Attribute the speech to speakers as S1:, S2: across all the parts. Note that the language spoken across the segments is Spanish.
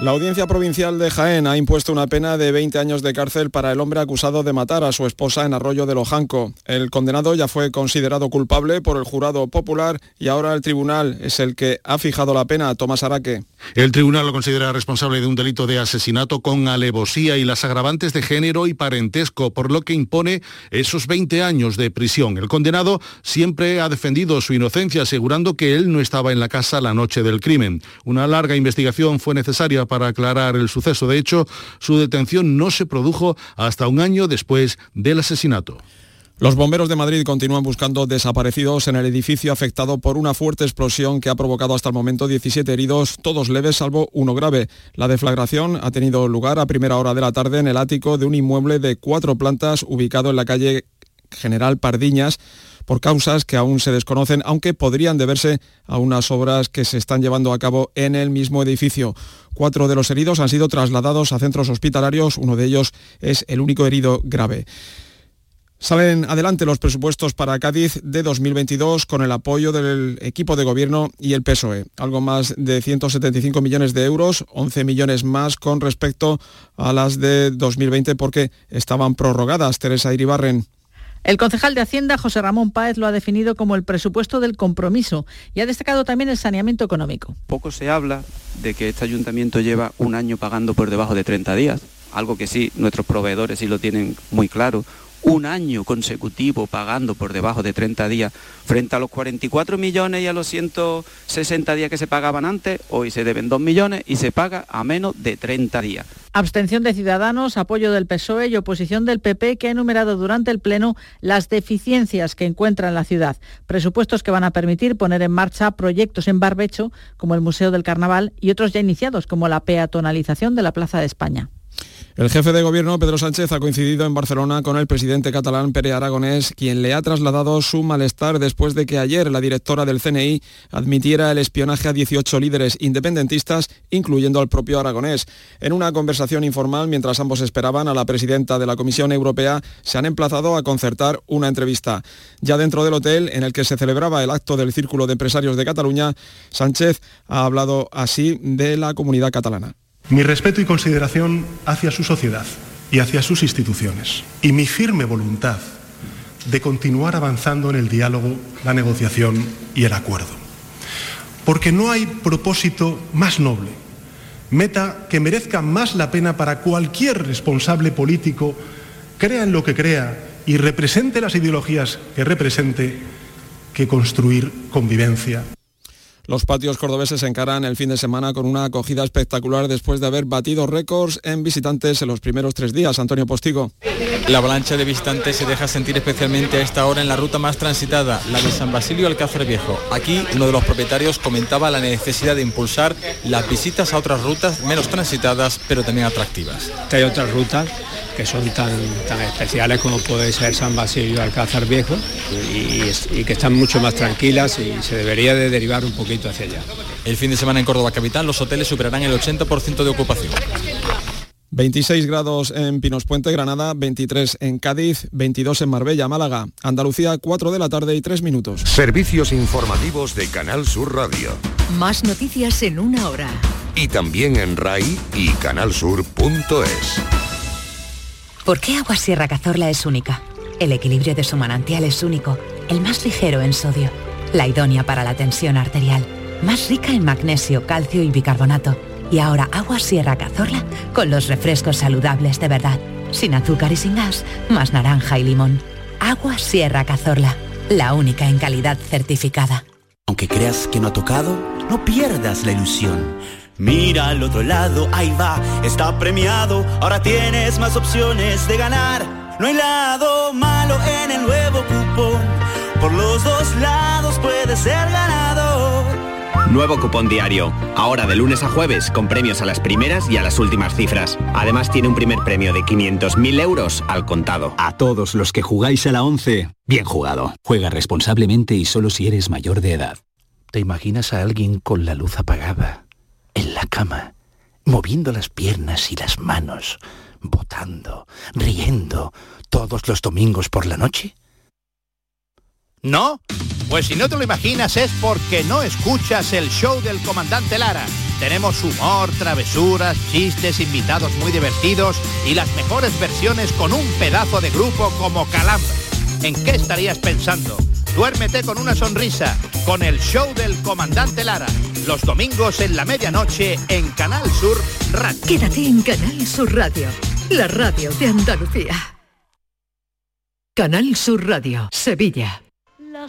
S1: La Audiencia Provincial de Jaén ha impuesto una pena de 20 años de cárcel para el hombre acusado de matar a su esposa en Arroyo de Lojanco. El condenado ya fue considerado culpable por el jurado popular y ahora el tribunal es el que ha fijado la pena a Tomás Araque.
S2: El tribunal lo considera responsable de un delito de asesinato con alevosía y las agravantes de género y parentesco, por lo que impone esos 20 años de prisión. El condenado siempre ha defendido su inocencia, asegurando que él no estaba en la casa la noche del crimen. Una larga investigación fue necesaria para aclarar el suceso. De hecho, su detención no se produjo hasta un año después del asesinato.
S1: Los bomberos de Madrid continúan buscando desaparecidos en el edificio afectado por una fuerte explosión que ha provocado hasta el momento 17 heridos, todos leves salvo uno grave. La deflagración ha tenido lugar a primera hora de la tarde en el ático de un inmueble de cuatro plantas ubicado en la calle General Pardiñas por causas que aún se desconocen, aunque podrían deberse a unas obras que se están llevando a cabo en el mismo edificio. Cuatro de los heridos han sido trasladados a centros hospitalarios, uno de ellos es el único herido grave. Salen adelante los presupuestos para Cádiz de 2022 con el apoyo del equipo de gobierno y el PSOE. E. Algo más de 175 millones de euros, 11 millones más con respecto a las de 2020 porque estaban prorrogadas. Teresa Iribarren.
S3: El concejal de Hacienda, José Ramón Páez, lo ha definido como el presupuesto del compromiso y ha destacado también el saneamiento económico.
S4: Poco se habla de que este ayuntamiento lleva un año pagando por debajo de 30 días, algo que sí, nuestros proveedores sí lo tienen muy claro. Un año consecutivo pagando por debajo de 30 días frente a los 44 millones y a los 160 días que se pagaban antes, hoy se deben 2 millones y se paga a menos de 30 días.
S3: Abstención de Ciudadanos, apoyo del PSOE E y oposición del PP que ha enumerado durante el Pleno las deficiencias que encuentra en la ciudad. Presupuestos que van a permitir poner en marcha proyectos en barbecho como el Museo del Carnaval y otros ya iniciados como la peatonalización de la Plaza de España.
S1: El jefe de gobierno, Pedro Sánchez, ha coincidido en Barcelona con el presidente catalán Pere Aragonés, quien le ha trasladado su malestar después de que ayer la directora del CNI admitiera el espionaje a 18 líderes independentistas, incluyendo al propio Aragonés. En una conversación informal, mientras ambos esperaban a la presidenta de la Comisión Europea, se han emplazado a concertar una entrevista. Ya dentro del hotel en el que se celebraba el acto del Círculo de Empresarios de Cataluña, Sánchez ha hablado así de la comunidad catalana
S5: mi respeto y consideración hacia su sociedad y hacia sus instituciones y mi firme voluntad de continuar avanzando en el diálogo, la negociación y el acuerdo. Porque no hay propósito más noble, meta que merezca más la pena para cualquier responsable político, crea en lo que crea y represente las ideologías que represente, que construir convivencia
S1: los patios cordobeses se encaran el fin de semana con una acogida espectacular después de haber batido récords en visitantes en los primeros tres días. Antonio Postigo.
S6: La avalancha de visitantes se deja sentir especialmente a esta hora en la ruta más transitada, la de San Basilio Alcázar Viejo. Aquí uno de los propietarios comentaba la necesidad de impulsar las visitas a otras rutas menos transitadas pero también atractivas.
S7: Hay otras rutas que son tan, tan especiales como puede ser San Basilio Alcázar Viejo y, y que están mucho más tranquilas y se debería de derivar un poquito Hacia allá.
S6: El fin de semana en Córdoba Capital los hoteles superarán el 80% de ocupación.
S1: 26 grados en Pinos Puente, Granada, 23 en Cádiz, 22 en Marbella, Málaga, Andalucía, 4 de la tarde y 3 minutos.
S8: Servicios informativos de Canal Sur Radio.
S9: Más noticias en una hora.
S8: Y también en RAI y canalsur.es.
S9: ¿Por qué Agua Sierra Cazorla es única? El equilibrio de su manantial es único, el más ligero en sodio la idónea para la tensión arterial, más rica en magnesio, calcio y bicarbonato. Y ahora agua Sierra Cazorla con los refrescos saludables de verdad, sin azúcar y sin gas, más naranja y limón. Agua Sierra Cazorla, la única en calidad certificada.
S10: Aunque creas que no ha tocado, no pierdas la ilusión. Mira al otro lado, ahí va, está premiado, ahora tienes más opciones de ganar. No hay lado malo en el nuevo cupón por los dos lados puede ser ganador.
S11: Nuevo cupón diario. Ahora de lunes a jueves con premios a las primeras y a las últimas cifras. Además tiene un primer premio de 500.000 euros al contado.
S12: A todos los que jugáis a la 11, bien jugado. Juega responsablemente y solo si eres mayor de edad.
S13: ¿Te imaginas a alguien con la luz apagada? En la cama, moviendo las piernas y las manos, votando, riendo, todos los domingos por la noche? ¿No? Pues si no te lo imaginas es porque no escuchas el show del comandante Lara. Tenemos humor, travesuras, chistes, invitados muy divertidos y las mejores versiones con un pedazo de grupo como Calambre. ¿En qué estarías pensando? Duérmete con una sonrisa con el show del comandante Lara. Los domingos en la medianoche en Canal Sur Radio.
S8: Quédate en Canal Sur Radio, la radio de Andalucía. Canal Sur Radio, Sevilla.
S14: La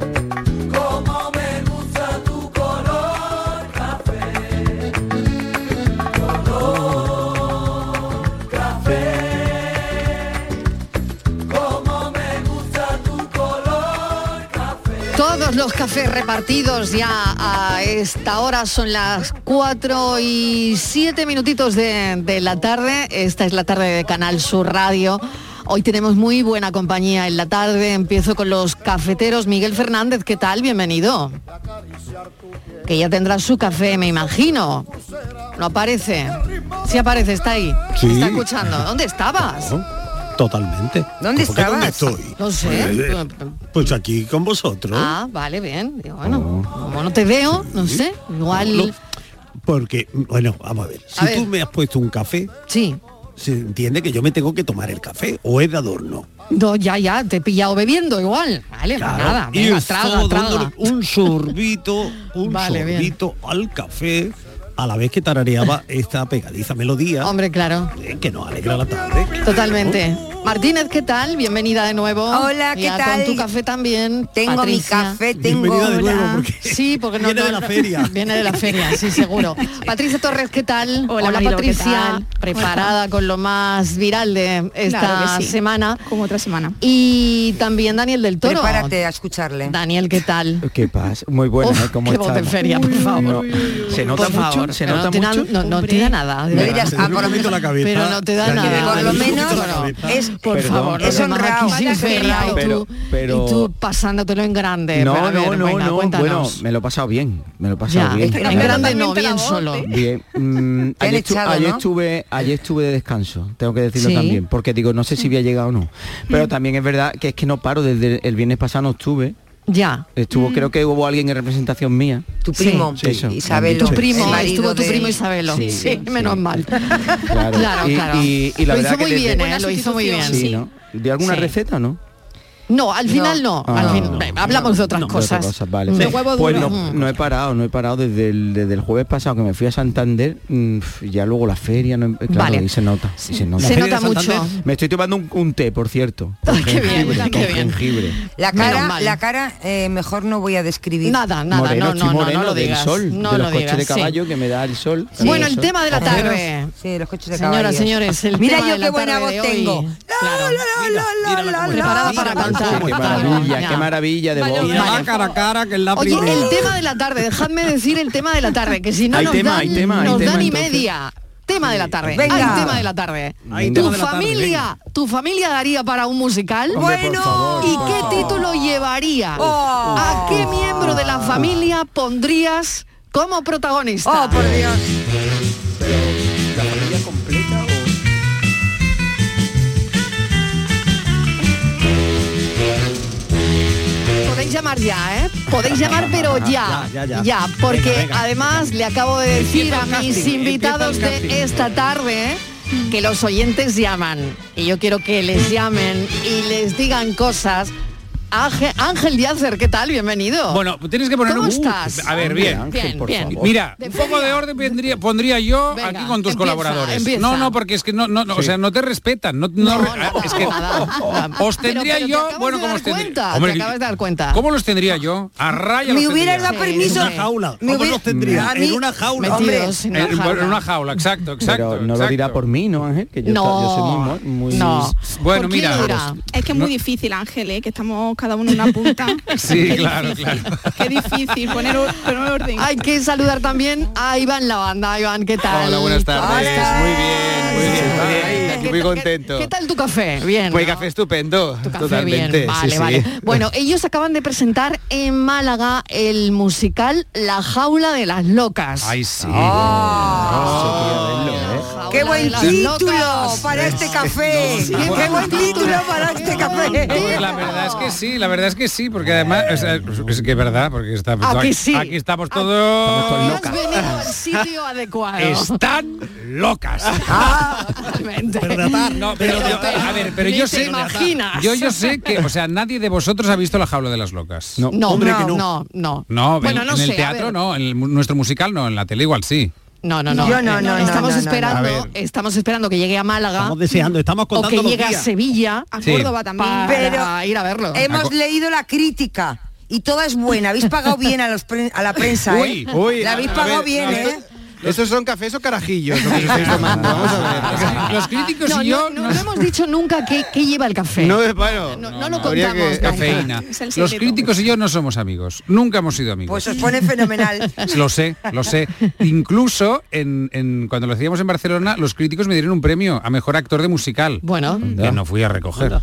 S14: Como me gusta tu color café, color café. Como me gusta tu color
S15: Todos los cafés repartidos ya a esta hora son las 4 y 7 minutitos de, de la tarde. Esta es la tarde de Canal Sur Radio. Hoy tenemos muy buena compañía en la tarde. Empiezo con los cafeteros. Miguel Fernández, ¿qué tal? Bienvenido. Que ya tendrá su café, me imagino. No aparece. Sí aparece, está ahí.
S10: Sí.
S15: Está escuchando. ¿Dónde estabas?
S10: Totalmente.
S15: ¿Dónde
S10: ¿Por qué ¿Dónde
S15: estabas?
S10: estoy?
S15: No sé.
S10: Eh, Pues aquí con vosotros.
S15: Ah, vale, bien. Digo, bueno, como no te veo, no sé. Igual.
S10: No, Porque, bueno, vamos a ver. Si
S15: A ver.
S10: tú me has puesto un café,
S15: sí.
S10: se entiende que yo me tengo que tomar el café o es de adorno.
S15: No, ya, ya, te he pillado bebiendo igual. Vale,
S10: Claro.
S15: nada,
S10: Y
S15: venga,
S10: estoy
S15: traga, traga.
S10: dándole un sorbito, un
S15: Vale, bien.
S10: sorbito al café a la vez que tarareaba esta pegadiza melodía
S15: Hombre, claro,
S10: eh, que nos alegra la tarde.
S15: totalmente. Martínez, ¿qué tal? Bienvenida de nuevo.
S16: Hola, ¿qué
S15: Ya
S16: tal?
S15: Con tu café también.
S16: Tengo mi café, tengo- Bienvenida de nuevo, Hola. porque
S15: sí, porque no,
S16: viene de
S15: no-
S16: la feria.
S15: Viene de la feria, sí, seguro. Patricia Torres, ¿qué tal?
S17: Hola, Marilo, ¿qué
S15: Patricia,
S17: tal?
S15: preparada con lo más viral de esta
S17: Claro que sí,
S15: semana. Como otra semana. Y también Daniel del Toro.
S16: Prepárate
S15: a escucharle. Daniel, ¿qué tal?
S4: ¿Qué pasa? Muy buena,
S15: Uf,
S4: ¿eh? ¿Cómo
S15: qué voz
S4: estamos?
S15: de feria, por
S4: No,
S15: favor.
S4: ¿Se nota
S15: Por
S4: mucho?
S15: favor,
S4: ¿Se
S15: pero
S4: nota
S15: no te da-
S4: mucho?
S15: no, no te da nada. de
S4: Me
S15: verdad.
S4: dirás, ah, por lo menos la cabeza.
S15: Pero no te da
S4: Ya,
S15: nada.
S4: por lo
S15: Daniel,
S4: menos
S15: no.
S4: es-
S15: por
S4: Perdón,
S15: favor,
S4: es
S15: los demás
S4: honrado.
S15: aquí sin ferra y
S4: Pero-
S15: tú-
S4: pero-
S15: y tú pasándotelo en grande.
S4: No,
S15: Pero a ver,
S4: no, no,
S15: venga,
S4: no. Bueno,
S15: cuéntanos.
S4: me lo he pasado bien. Me lo he pasado
S15: Ya,
S4: bien.
S15: en grande no, bien solo.
S4: Bien. mm,
S15: Te han
S4: ayer, estu-
S15: echado,
S4: ayer
S15: ¿no?
S4: estuve, ayer estuve de descanso, tengo que decirlo
S15: Sí. Mm.
S4: también, porque digo, no sé si voy a llegar o no. Pero también es verdad que es que no paro, desde el viernes pasado no estuve.
S15: Ya.
S4: Estuvo, creo que hubo alguien en representación mía.
S16: Tu primo,
S4: Eso,
S16: Isabelo.
S4: sí.
S15: Tu primo,
S4: Sí.
S15: estuvo tu
S16: de-
S15: primo Isabelo. Sí,
S4: Sí,
S15: menos mal.
S4: Claro,
S15: Claro,
S4: y,
S15: claro.
S4: y- y la
S15: Lo
S4: verdad
S15: hizo
S4: que
S15: muy
S4: desde-
S15: bien, ¿eh? Lo hizo muy bien.
S4: Sí, ¿no? ¿De alguna
S15: Sí.
S4: receta o no?
S15: No, al final no.
S4: Ah,
S15: al
S4: no,
S15: fin- eh, hablamos de otras
S4: No,
S15: cosas.
S4: otra cosa, vale.
S15: De
S4: Sí.
S15: huevo
S4: pues
S15: duro.
S4: no,
S15: Mm.
S4: no he parado, no he parado desde el, desde el jueves pasado que me fui a Santander, mm, pf, ya luego la feria, no, he- claro,
S15: Vale.
S4: ahí se nota. ahí Se nota,
S15: Se La feria nota de Santander. mucho.
S4: Me estoy tomando un, un té, por cierto. qué bien, qué bien. jengibre.
S16: La
S4: Menos
S16: cara,
S4: mal.
S16: la cara eh, mejor no voy a describir. Nada,
S4: nada, Moreno, no, estoy no, no, moreno no lo del digas. sol, No de los lo coches digas, de sí. caballo que me da el sol. Sí.
S15: Bueno, el
S4: Eso.
S15: tema de la
S16: Caballeros.
S15: tarde.
S16: Sí, los coches de
S15: Señoras,
S16: caballos.
S15: señores, el
S16: Mira
S15: tema
S16: yo
S15: de la
S16: qué buena
S15: tarde
S16: voz
S15: de hoy.
S16: tengo.
S15: Preparada para cantar.
S4: Qué maravilla, qué maravilla de voz.
S17: cara a cara que es la
S15: Oye,
S17: primera.
S15: el tema de la tarde, dejadme decir el tema de la tarde, que si no
S4: Hay
S15: nos
S4: tema,
S15: dan,
S4: hay tema, hay
S15: nos
S4: tema,
S15: dan y
S4: entonces.
S15: media. Tema de la tarde.
S4: Venga.
S15: Hay tema de la tarde.
S4: Hay
S15: tu
S4: tema de la tarde,
S15: familia, tu familia daría para un musical.
S4: Hombre, por Bueno. favor,
S15: ¿Y
S4: por
S15: qué
S4: favor. Oh.
S15: título llevaría? ¿A qué miembro de la familia pondrías como protagonista. Oh, por Dios.
S4: ¿La familia completa
S15: Podéis llamar ya, ¿eh? Podéis llamar, pero ya.
S14: Ya,
S15: Ya,
S14: ya, ya.
S15: porque
S14: Venga, venga.
S15: además le acabo de decir
S14: Empieza
S15: a
S14: el
S15: mis
S14: casting,
S15: invitados
S14: empieza el
S15: de esta tarde que los oyentes llaman. Y yo quiero que les llamen y les digan cosas. Ángel, Ángel Díazer, ¿qué tal? Bienvenido.
S18: Bueno, tienes que poner
S15: Oh. ¿Cómo
S18: un- uh,
S15: estás?
S18: a ver, bien.
S15: bien, bien.
S18: Mira, un poco de orden vendría- pondría yo
S15: Venga,
S18: aquí con tus
S15: empieza,
S18: colaboradores.
S15: empieza.
S18: No, no, porque es que no, no, no, o sea, no te respetan. No, no- es que os tendría
S15: Pero-
S18: yo,
S15: pero te acabas
S18: bueno,
S15: de
S18: como os
S15: dar
S18: tendría-
S15: cuenta,
S18: Hombre,
S15: te acabas de dar cuenta.
S18: ¿Cómo los tendría yo? A raya
S16: Me
S18: los
S16: hubieras
S18: tendría.
S16: dado permiso. Me hubiera- a mí-
S18: Hombre, en- bueno, en una jaula, exacto, exacto.
S4: Pero no lo dirá por mí, ¿no, Ángel? Que yo,
S18: No,
S4: ta- yo soy muy... muy-
S18: no. Bueno, ¿Por quién mira, lo dirá?
S19: Es que es muy
S18: No.
S19: difícil, Ángel, ¿eh? que estamos cada uno en una punta.
S18: Sí,
S19: Qué
S18: claro,
S19: difícil,
S18: claro.
S19: Qué difícil poner, or- poner orden.
S15: Hay que saludar también a Iván Lavanda. Iván, ¿qué tal?
S20: Hola, buenas tardes. Muy bien, muy bien. Ay, aquí muy contento.
S15: ¿Qué tal tu café? Bien.
S20: Pues
S15: ¿no?
S20: café estupendo,
S15: Café,
S20: totalmente.
S15: bien. Vale,
S20: sí, sí.
S15: vale.
S18: Pues,
S15: Bueno, ellos acaban de presentar en Málaga el musical La jaula de las locas.
S18: Ay, sí. ¿eh?
S16: ¡Qué buen
S15: las
S16: título
S15: locas.
S16: para este café!
S19: sí.
S16: ¡Qué buen título para este
S18: Pues la
S16: café!
S18: verdad es que sí, la verdad es que sí, porque además o sea, es que es verdad, porque está, pues,
S15: Aquí sí.
S18: aquí estamos todos,
S15: Has venido al sitio adecuado.
S18: Están locas.
S15: Totalmente.
S18: No, pero, a ver, pero
S15: Ni
S18: yo
S15: te
S18: sé,
S15: imaginas.
S18: yo yo sé que, o sea, nadie de vosotros ha visto La jaula de las locas.
S15: No, no, no, no.
S18: No,
S15: Bueno,
S18: en,
S15: no
S18: en el
S15: sé, a
S18: teatro
S15: ver.
S18: no, en el mu- nuestro musical no, en la tele igual sí.
S15: No, no, Eh, no.
S16: Yo no, no, no, no,
S15: Estamos
S16: no,
S15: esperando,
S18: no. A ver.
S15: estamos esperando que llegue a Málaga.
S18: Estamos deseando, estamos
S15: O que
S18: contando los
S15: llegue a
S18: días.
S15: Sevilla,
S18: A Sí. Córdoba
S16: también.
S15: Para
S16: Pero
S15: ir a verlo.
S16: Hemos leído la crítica y toda es buena. Habéis pagado bien a, los pre- a la prensa, ¿eh?
S20: Uy, uy,
S16: La habéis
S20: a- a
S16: pagado
S20: ver,
S16: bien,
S20: no,
S16: ¿eh?
S20: ¿Estos son cafés o carajillos? lo que os estáis tomando? Vamos a ver.
S18: Los
S15: No, no, no, no hemos dicho nunca qué, qué lleva el café.
S20: No, es bueno.
S15: No, no lo
S18: Habría
S15: contamos.
S18: que-
S15: nunca.
S18: cafeína.
S15: Es el
S18: Los
S15: secreto.
S18: críticos y yo no somos amigos. Nunca hemos sido amigos.
S16: Pues os pone fenomenal.
S18: Lo sé, lo sé. Incluso en, en- cuando lo hacíamos en Barcelona, los críticos me dieron un premio a mejor actor de musical.
S15: Bueno.
S18: Que no fui a recoger.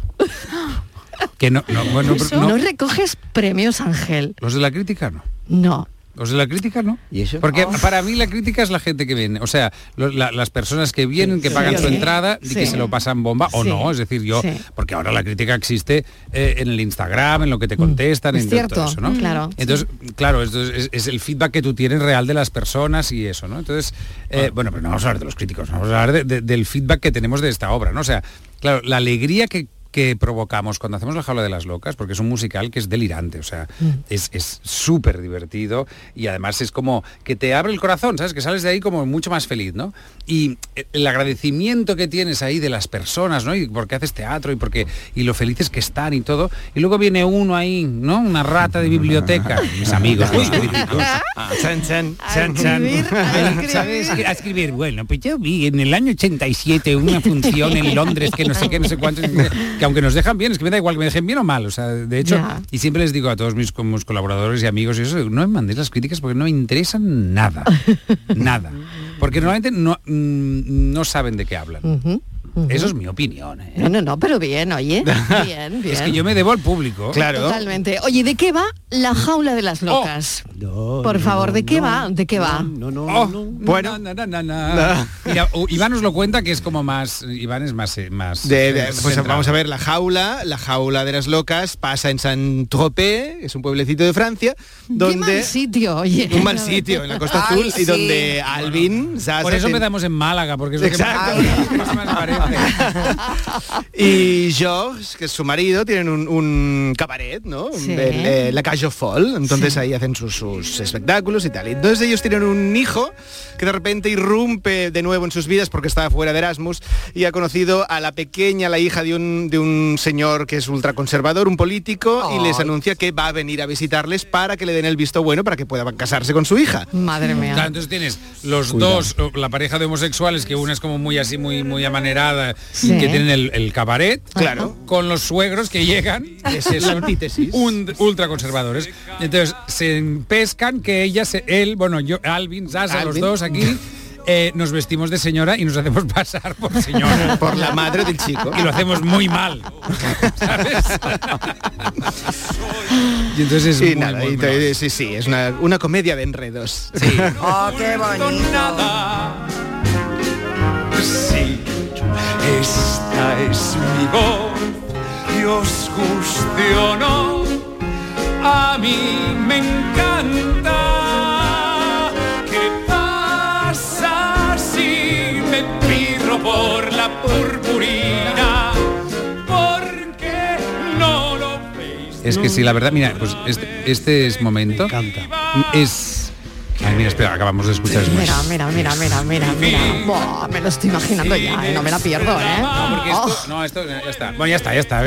S18: Que no, no, bueno, pero
S15: No
S18: no.
S15: recoges premios, Ángel.
S18: Los de la crítica no.
S15: No.
S18: Los de la crítica no.
S4: ¿Y eso?
S18: Porque para mí la crítica es la gente que viene. O sea, lo- la- las personas que vienen, que pagan
S20: sí.
S18: su entrada y
S20: Sí.
S18: que se lo pasan bomba o
S20: Sí.
S18: no. Es decir, yo,
S20: Sí.
S18: porque ahora la crítica existe eh, en el Instagram, en lo que te contestan,
S15: Es
S18: en todo
S15: cierto,
S18: eso, ¿no?
S15: mm, claro.
S18: Entonces, claro, esto es, es- es el feedback que tú tienes real de las personas y eso, ¿no? Entonces, eh, bueno, pero no vamos a hablar de los críticos, vamos a hablar de- de- del feedback que tenemos de esta obra, ¿no? O sea, claro, la alegría que que provocamos cuando hacemos la jaula de las locas, porque es un musical que es delirante, o sea, es es súper divertido y además es como que te abre el corazón, ¿sabes? Que sales de ahí como mucho más feliz, ¿no? Y eh, el agradecimiento que tienes ahí de las personas, ¿no? Y porque haces teatro y porque y lo felices que están y todo. Y luego viene uno ahí, ¿no? Una rata de biblioteca. Mis amigos, los críticos. Chan, chan, chan, chan. ¿Sabes? A escribir, bueno, pues yo vi en el año 87 una función en Londres que no sé qué, no sé cuánto, que aunque nos dejan bien, es que me da igual que me dejen bien o mal, o sea, de hecho,
S21: Ya.
S18: y siempre les digo a todos mis, co- mis colaboradores y amigos y eso, no me mandéis las críticas porque no me interesan nada, nada, porque normalmente no, mm, no saben de qué hablan.
S15: Ujú, ujú.
S18: Eso es mi opinión. ¿eh?
S15: No, no, no, pero bien, oye. Bien, bien.
S18: Es que yo me debo al público.
S15: Totalmente. Oye, ¿de qué va la jaula de las locas? Por favor, ¿de qué va? ¿De qué va?
S18: No, Oh, no, Bueno, Mira, u- Iván nos lo cuenta que es como más. Iván es más. eh, más
S20: De- de-
S18: eh,
S20: pues
S18: centrado.
S20: vamos a ver, la jaula, la jaula de las locas, pasa en Saint-Tropez, es un pueblecito de Francia, donde...
S15: mal sitio, oye.
S20: Un mal sitio, en la Costa
S18: Ay,
S20: Azul,
S18: sí.
S20: y donde Alvin... Zaza
S18: Por eso
S20: ten-
S18: empezamos en Málaga, porque es lo que más-
S20: Exacto. y Georges, que es su marido, tienen un, un cabaret, ¿no?
S18: Sí.
S20: El- eh, la Calle Fall. Entonces ahí hacen sus, sus espectáculos y tal. Y entonces ellos tienen un hijo que de repente irrumpe de nuevo en sus vidas porque estaba fuera de Erasmus y ha conocido a la pequeña, la hija de un, de un señor que es ultraconservador, un político, y les
S18: Ay.
S20: anuncia que va a venir a visitarles para que le den el visto bueno para que puedan casarse con su hija.
S15: Madre mía.
S18: Claro, entonces tienes los
S20: Cuidado.
S18: dos, o la pareja de homosexuales, que una es como muy así, muy, muy amanerada,
S20: Sí.
S18: que tienen el, el cabaret,
S20: Claro.
S18: con los suegros que llegan, que se
S20: La
S18: son un- ultraconservadores. Entonces se pescan que ella, se, él, bueno, yo, Alvin, Zaza, los
S20: Alvin.
S18: dos aquí. eh, nos vestimos de señora y nos hacemos pasar por señora.
S20: Por la madre del chico.
S18: Y lo hacemos muy mal. ¿sabes?
S20: Y entonces
S18: es muy,
S20: nada,
S18: muy
S20: y te- sí, sí, es una, una comedia de enredos.
S16: Oh, qué bonito.
S14: Sí, esta es mi voz y os guste o no, a mí me encanta. ¿Qué pasa si me pirro por la purpurina? Porque no lo
S18: Es que sí, la verdad, mira, pues este, este es momento. Es. Ay, mira, espera, acabamos de escuchar. es muy-
S15: Mira, mira, mira, mira, mira, mira. Buah, me lo estoy imaginando ya, eh, no me la pierdo, ¿eh? Oh,
S18: No, esto ya está. Bueno, ya está, ya está.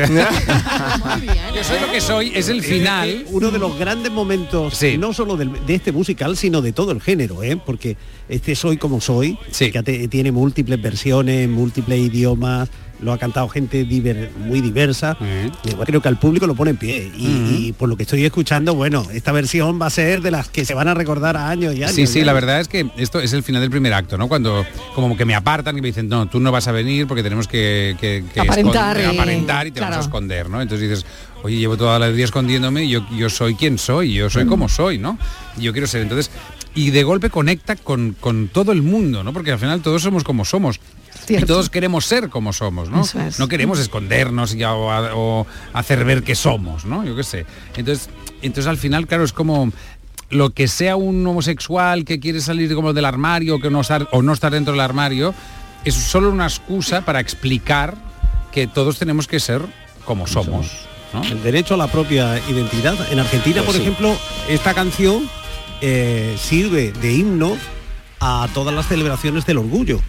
S18: Yo soy lo que soy, es el final.
S10: Uno de los grandes momentos, no solo del- de este musical, sino de todo el género, ¿eh? porque este Soy como soy, que te- tiene múltiples versiones, múltiples idiomas, lo ha cantado gente diver- muy diversa. Yo Creo que al público lo pone en pie. Y, y por lo que estoy escuchando, bueno, esta versión va a ser de las que se van a recordar a años y años. ¿eh?
S18: Sí,
S10: y
S18: sí,
S10: años.
S18: la verdad es que esto es el final del primer acto, ¿no? Cuando como que me apartan y me dicen, no, tú no vas a venir porque tenemos que, que- que
S15: Aparentar
S18: esconder-
S15: y-
S18: aparentar y te
S15: claro.
S18: vamos a esconder, ¿no? Entonces dices, oye, llevo toda la vida escondiéndome, y yo, yo soy quien soy, yo
S15: Mm.
S18: soy como soy, ¿no? Y Yo quiero ser. Entonces, y de golpe conecta con, con todo el mundo, ¿no? Porque al final todos somos como somos. Y todos queremos ser como somos, ¿no?
S1: Eso es.
S18: No queremos escondernos y a- o, a- o hacer ver que somos, ¿no? Yo qué sé. Entonces, entonces al final, claro, es como lo que sea un homosexual que quiere salir como del armario que no estar, o no estar dentro del armario, es solo una excusa para explicar que todos tenemos que ser como somos. ¿no?
S10: El derecho a la propia identidad. En Argentina,
S18: Pues
S10: por
S18: sí.
S10: ejemplo, esta canción eh, sirve de himno a todas las celebraciones del orgullo.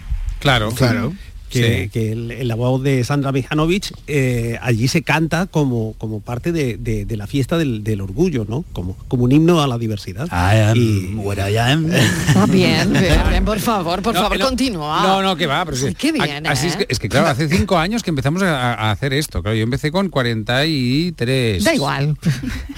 S18: Claro, claro.
S10: Que,
S18: Sí.
S10: que el- en la voz de Sandra Mijanovich eh, allí se canta como, como parte de, de- de la fiesta del, del orgullo, ¿no? Como, como un himno a la diversidad. y,
S15: está Ah, bien, bien, bien, por favor, por
S18: No,
S15: favor,
S18: no,
S15: continúa.
S18: No, no, que va, pero sí.
S15: Ay, qué
S18: A-
S15: bien,
S18: Así
S15: ¿eh?
S18: es, que, es que, claro, hace cinco años que empezamos a, a hacer esto. Claro, yo empecé con 43.
S15: Da igual.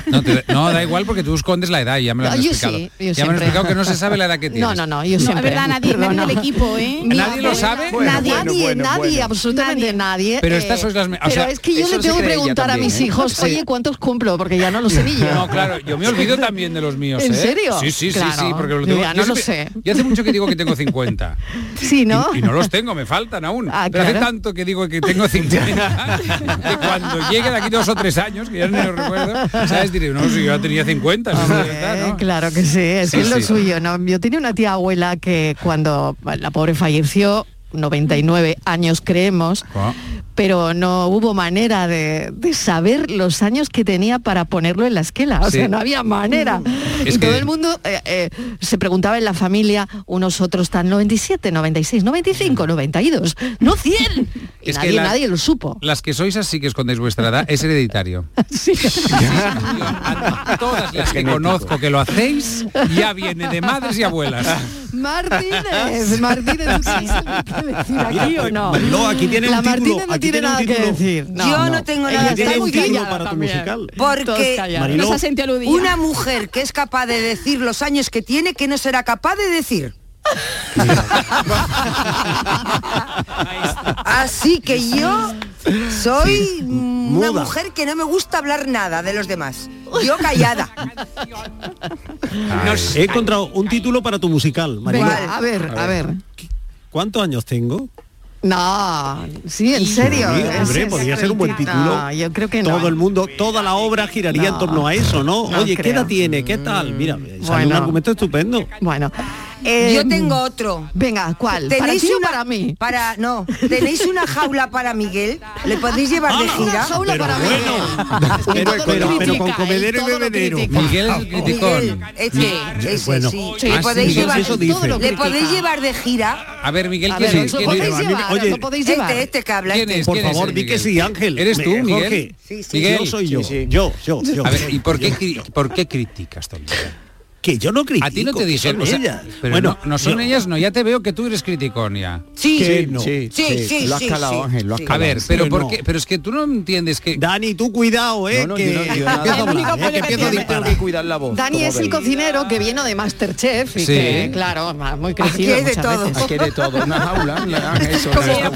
S18: No, te- no, da igual porque tú escondes la edad y ya me lo
S15: No,
S18: has
S15: yo
S18: explicado.
S15: sí, yo
S18: ya me
S15: siempre.
S18: lo has explicado que no se sabe la edad que tienes.
S15: No, no, no, yo
S19: No,
S15: siempre.
S19: es verdad, nadie- nadie del equipo, ¿eh?
S15: Mi
S19: Nadie lo
S15: abuela,
S19: sabe.
S15: Bueno, nadie,
S19: Bueno, bueno,
S15: nadie,
S19: bueno.
S15: absolutamente nadie. eh,
S18: Pero estas sois las me- o
S15: Pero
S18: sea,
S15: es que yo
S18: eso
S15: le
S18: sí
S15: tengo que
S18: cree ella
S15: preguntar a
S18: también,
S15: mis
S18: ¿eh?
S15: hijos,
S18: Sí.
S15: oye, ¿cuántos cumplo? Porque ya no lo sé ni yo.
S18: No, claro, yo me olvido también de los míos,
S15: ¿En
S18: ¿eh?
S15: serio?
S18: Sí, sí, sí, sí,
S15: Claro,
S18: porque lo
S15: yo
S18: tengo.
S15: ya no lo
S18: siempre-
S15: sé.
S18: Yo hace mucho que digo que tengo 50.
S15: Sí, ¿no?
S18: Y no los tengo, me faltan aún.
S15: Ah,
S18: Pero hace
S15: claro.
S18: tanto que digo que tengo 50. que cuando llegue de aquí dos o tres años, que ya no lo recuerdo, ¿sabes? Diré, no, si yo ya tenía 50. sí, sí, ¿verdad, no?
S15: Eh, Claro que sí, es
S18: Sí,
S15: que es lo
S18: sí.
S15: suyo. ¿no? Yo tenía una tía abuela que cuando la pobre falleció, 99 años creemos,
S18: Ah.
S15: pero no hubo manera de, de saber los años que tenía para ponerlo en la esquela. O
S21: Sí.
S15: sea, no había manera.
S21: Es
S18: Mm.
S15: y todo
S21: que-
S15: el mundo eh, eh, se preguntaba en la familia, unos otros tan 97, 96, 95, 92, no 100. Y
S18: Es que
S15: nadie,
S18: la-
S15: nadie lo supo.
S18: Las que sois así que escondéis vuestra edad es hereditario. Todas las que conozco que lo hacéis ya viene de madres y abuelas.
S15: Martínez, Martínez, ¿tú tienes algo que decir aquí o no?
S10: Mariló, pues, aquí tiene
S15: la
S10: un título,
S15: Martínez no
S10: aquí
S15: tiene
S10: tiene un
S15: nada que
S10: título.
S15: decir.
S10: Yo no tengo
S15: Ella
S10: nada que
S15: está
S10: decir.
S15: muy
S10: Tiene un título
S15: callada
S10: para tu
S15: también.
S10: musical.
S19: Todos
S16: Porque
S19: callados. Mariló. Nos has enteludido.
S16: una mujer que es capaz de decir los años que tiene, que no será capaz de decir. Así que yo soy una
S14: Muda.
S16: mujer que no me gusta hablar nada de los demás. Yo callada.
S10: He encontrado un título para tu musical, Mariló.
S15: Venga, a ver, a ver.
S10: ¿Cuántos años tengo?
S15: No, sí, en serio.
S10: Sí,
S15: es-
S10: hombre,
S15: es-
S10: podría ser un buen título.
S15: No, yo creo que no.
S10: Todo el mundo, toda la obra giraría en
S15: No,
S10: torno a eso, ¿no?
S15: no
S10: Oye, ¿qué
S15: creo. Mm.
S10: edad tiene? ¿Qué tal? Mira, sale un
S15: Bueno.
S10: argumento estupendo.
S15: Bueno.
S16: Yo tengo otro.
S15: Eh, Venga, ¿cuál? ¿Para ti o para mí?
S16: Para, no. ¿Tenéis una jaula para Miguel? ¿Le podéis llevar de gira?
S15: jaula
S16: para
S10: Pero,
S16: todo
S10: pero-
S16: lo
S10: pero con
S16: critica,
S10: comedero y bebedero.
S18: Miguel es el criticón.
S16: Este,
S10: Miguel,
S16: ese,
S10: bueno.
S16: sí.
S10: Sí,
S16: ¿Le
S10: ah,
S16: podéis
S10: sí,
S16: llevar,
S10: eso dice.
S16: ¿Le podéis llevar de gira?
S18: A ver, Miguel,
S16: A
S18: ¿quién
S16: ver,
S18: es?
S16: ¿os
S18: ¿Quién
S16: podéis
S18: es?
S16: llevar?
S10: Oye,
S16: ¿Lo podéis llevar? Este, este que habla.
S18: ¿Quién
S16: este.
S18: es?
S10: Por
S18: ¿Quién es
S10: favor,
S18: el
S10: di que
S18: Miguel?
S10: sí, Ángel.
S18: ¿Eres tú,
S10: Me-
S18: Miguel?
S10: Jorge.
S16: Sí, sí.
S18: Miguel.
S10: Yo soy yo.
S18: Sí, sí.
S10: Yo, yo, yo.
S18: A ver, ¿y por qué, cri- por qué criticas todo el día?
S10: que yo no critico.
S18: A ti no te
S10: que
S18: dicen,
S10: son
S18: o sea,
S10: ellas.
S18: pero
S10: Bueno,
S18: no, no son
S10: yo-
S18: ellas, no, ya te veo que tú eres criticón ya.
S10: Sí, Que no. sí, sí, sí,
S4: lo has sí, calado, sí, Ángel, lo has sí.
S18: A
S4: calado.
S18: ver, pero
S4: Que
S18: ¿por
S4: no.
S18: qué? Pero es que tú no entiendes que...
S10: Dani, tú cuidado, ¿eh?
S4: No, no, yo no digo nada. Es que empiezo a tengo que cuidar la voz.
S15: Dani
S4: como
S15: es el
S4: veis.
S15: cocinero que viene de Masterchef y
S4: Sí.
S15: que, claro, va muy crecido
S4: Aquí hay de
S15: muchas
S4: todo.
S15: veces.
S4: Aquí hay de todo. Una jaula, una- eso, una-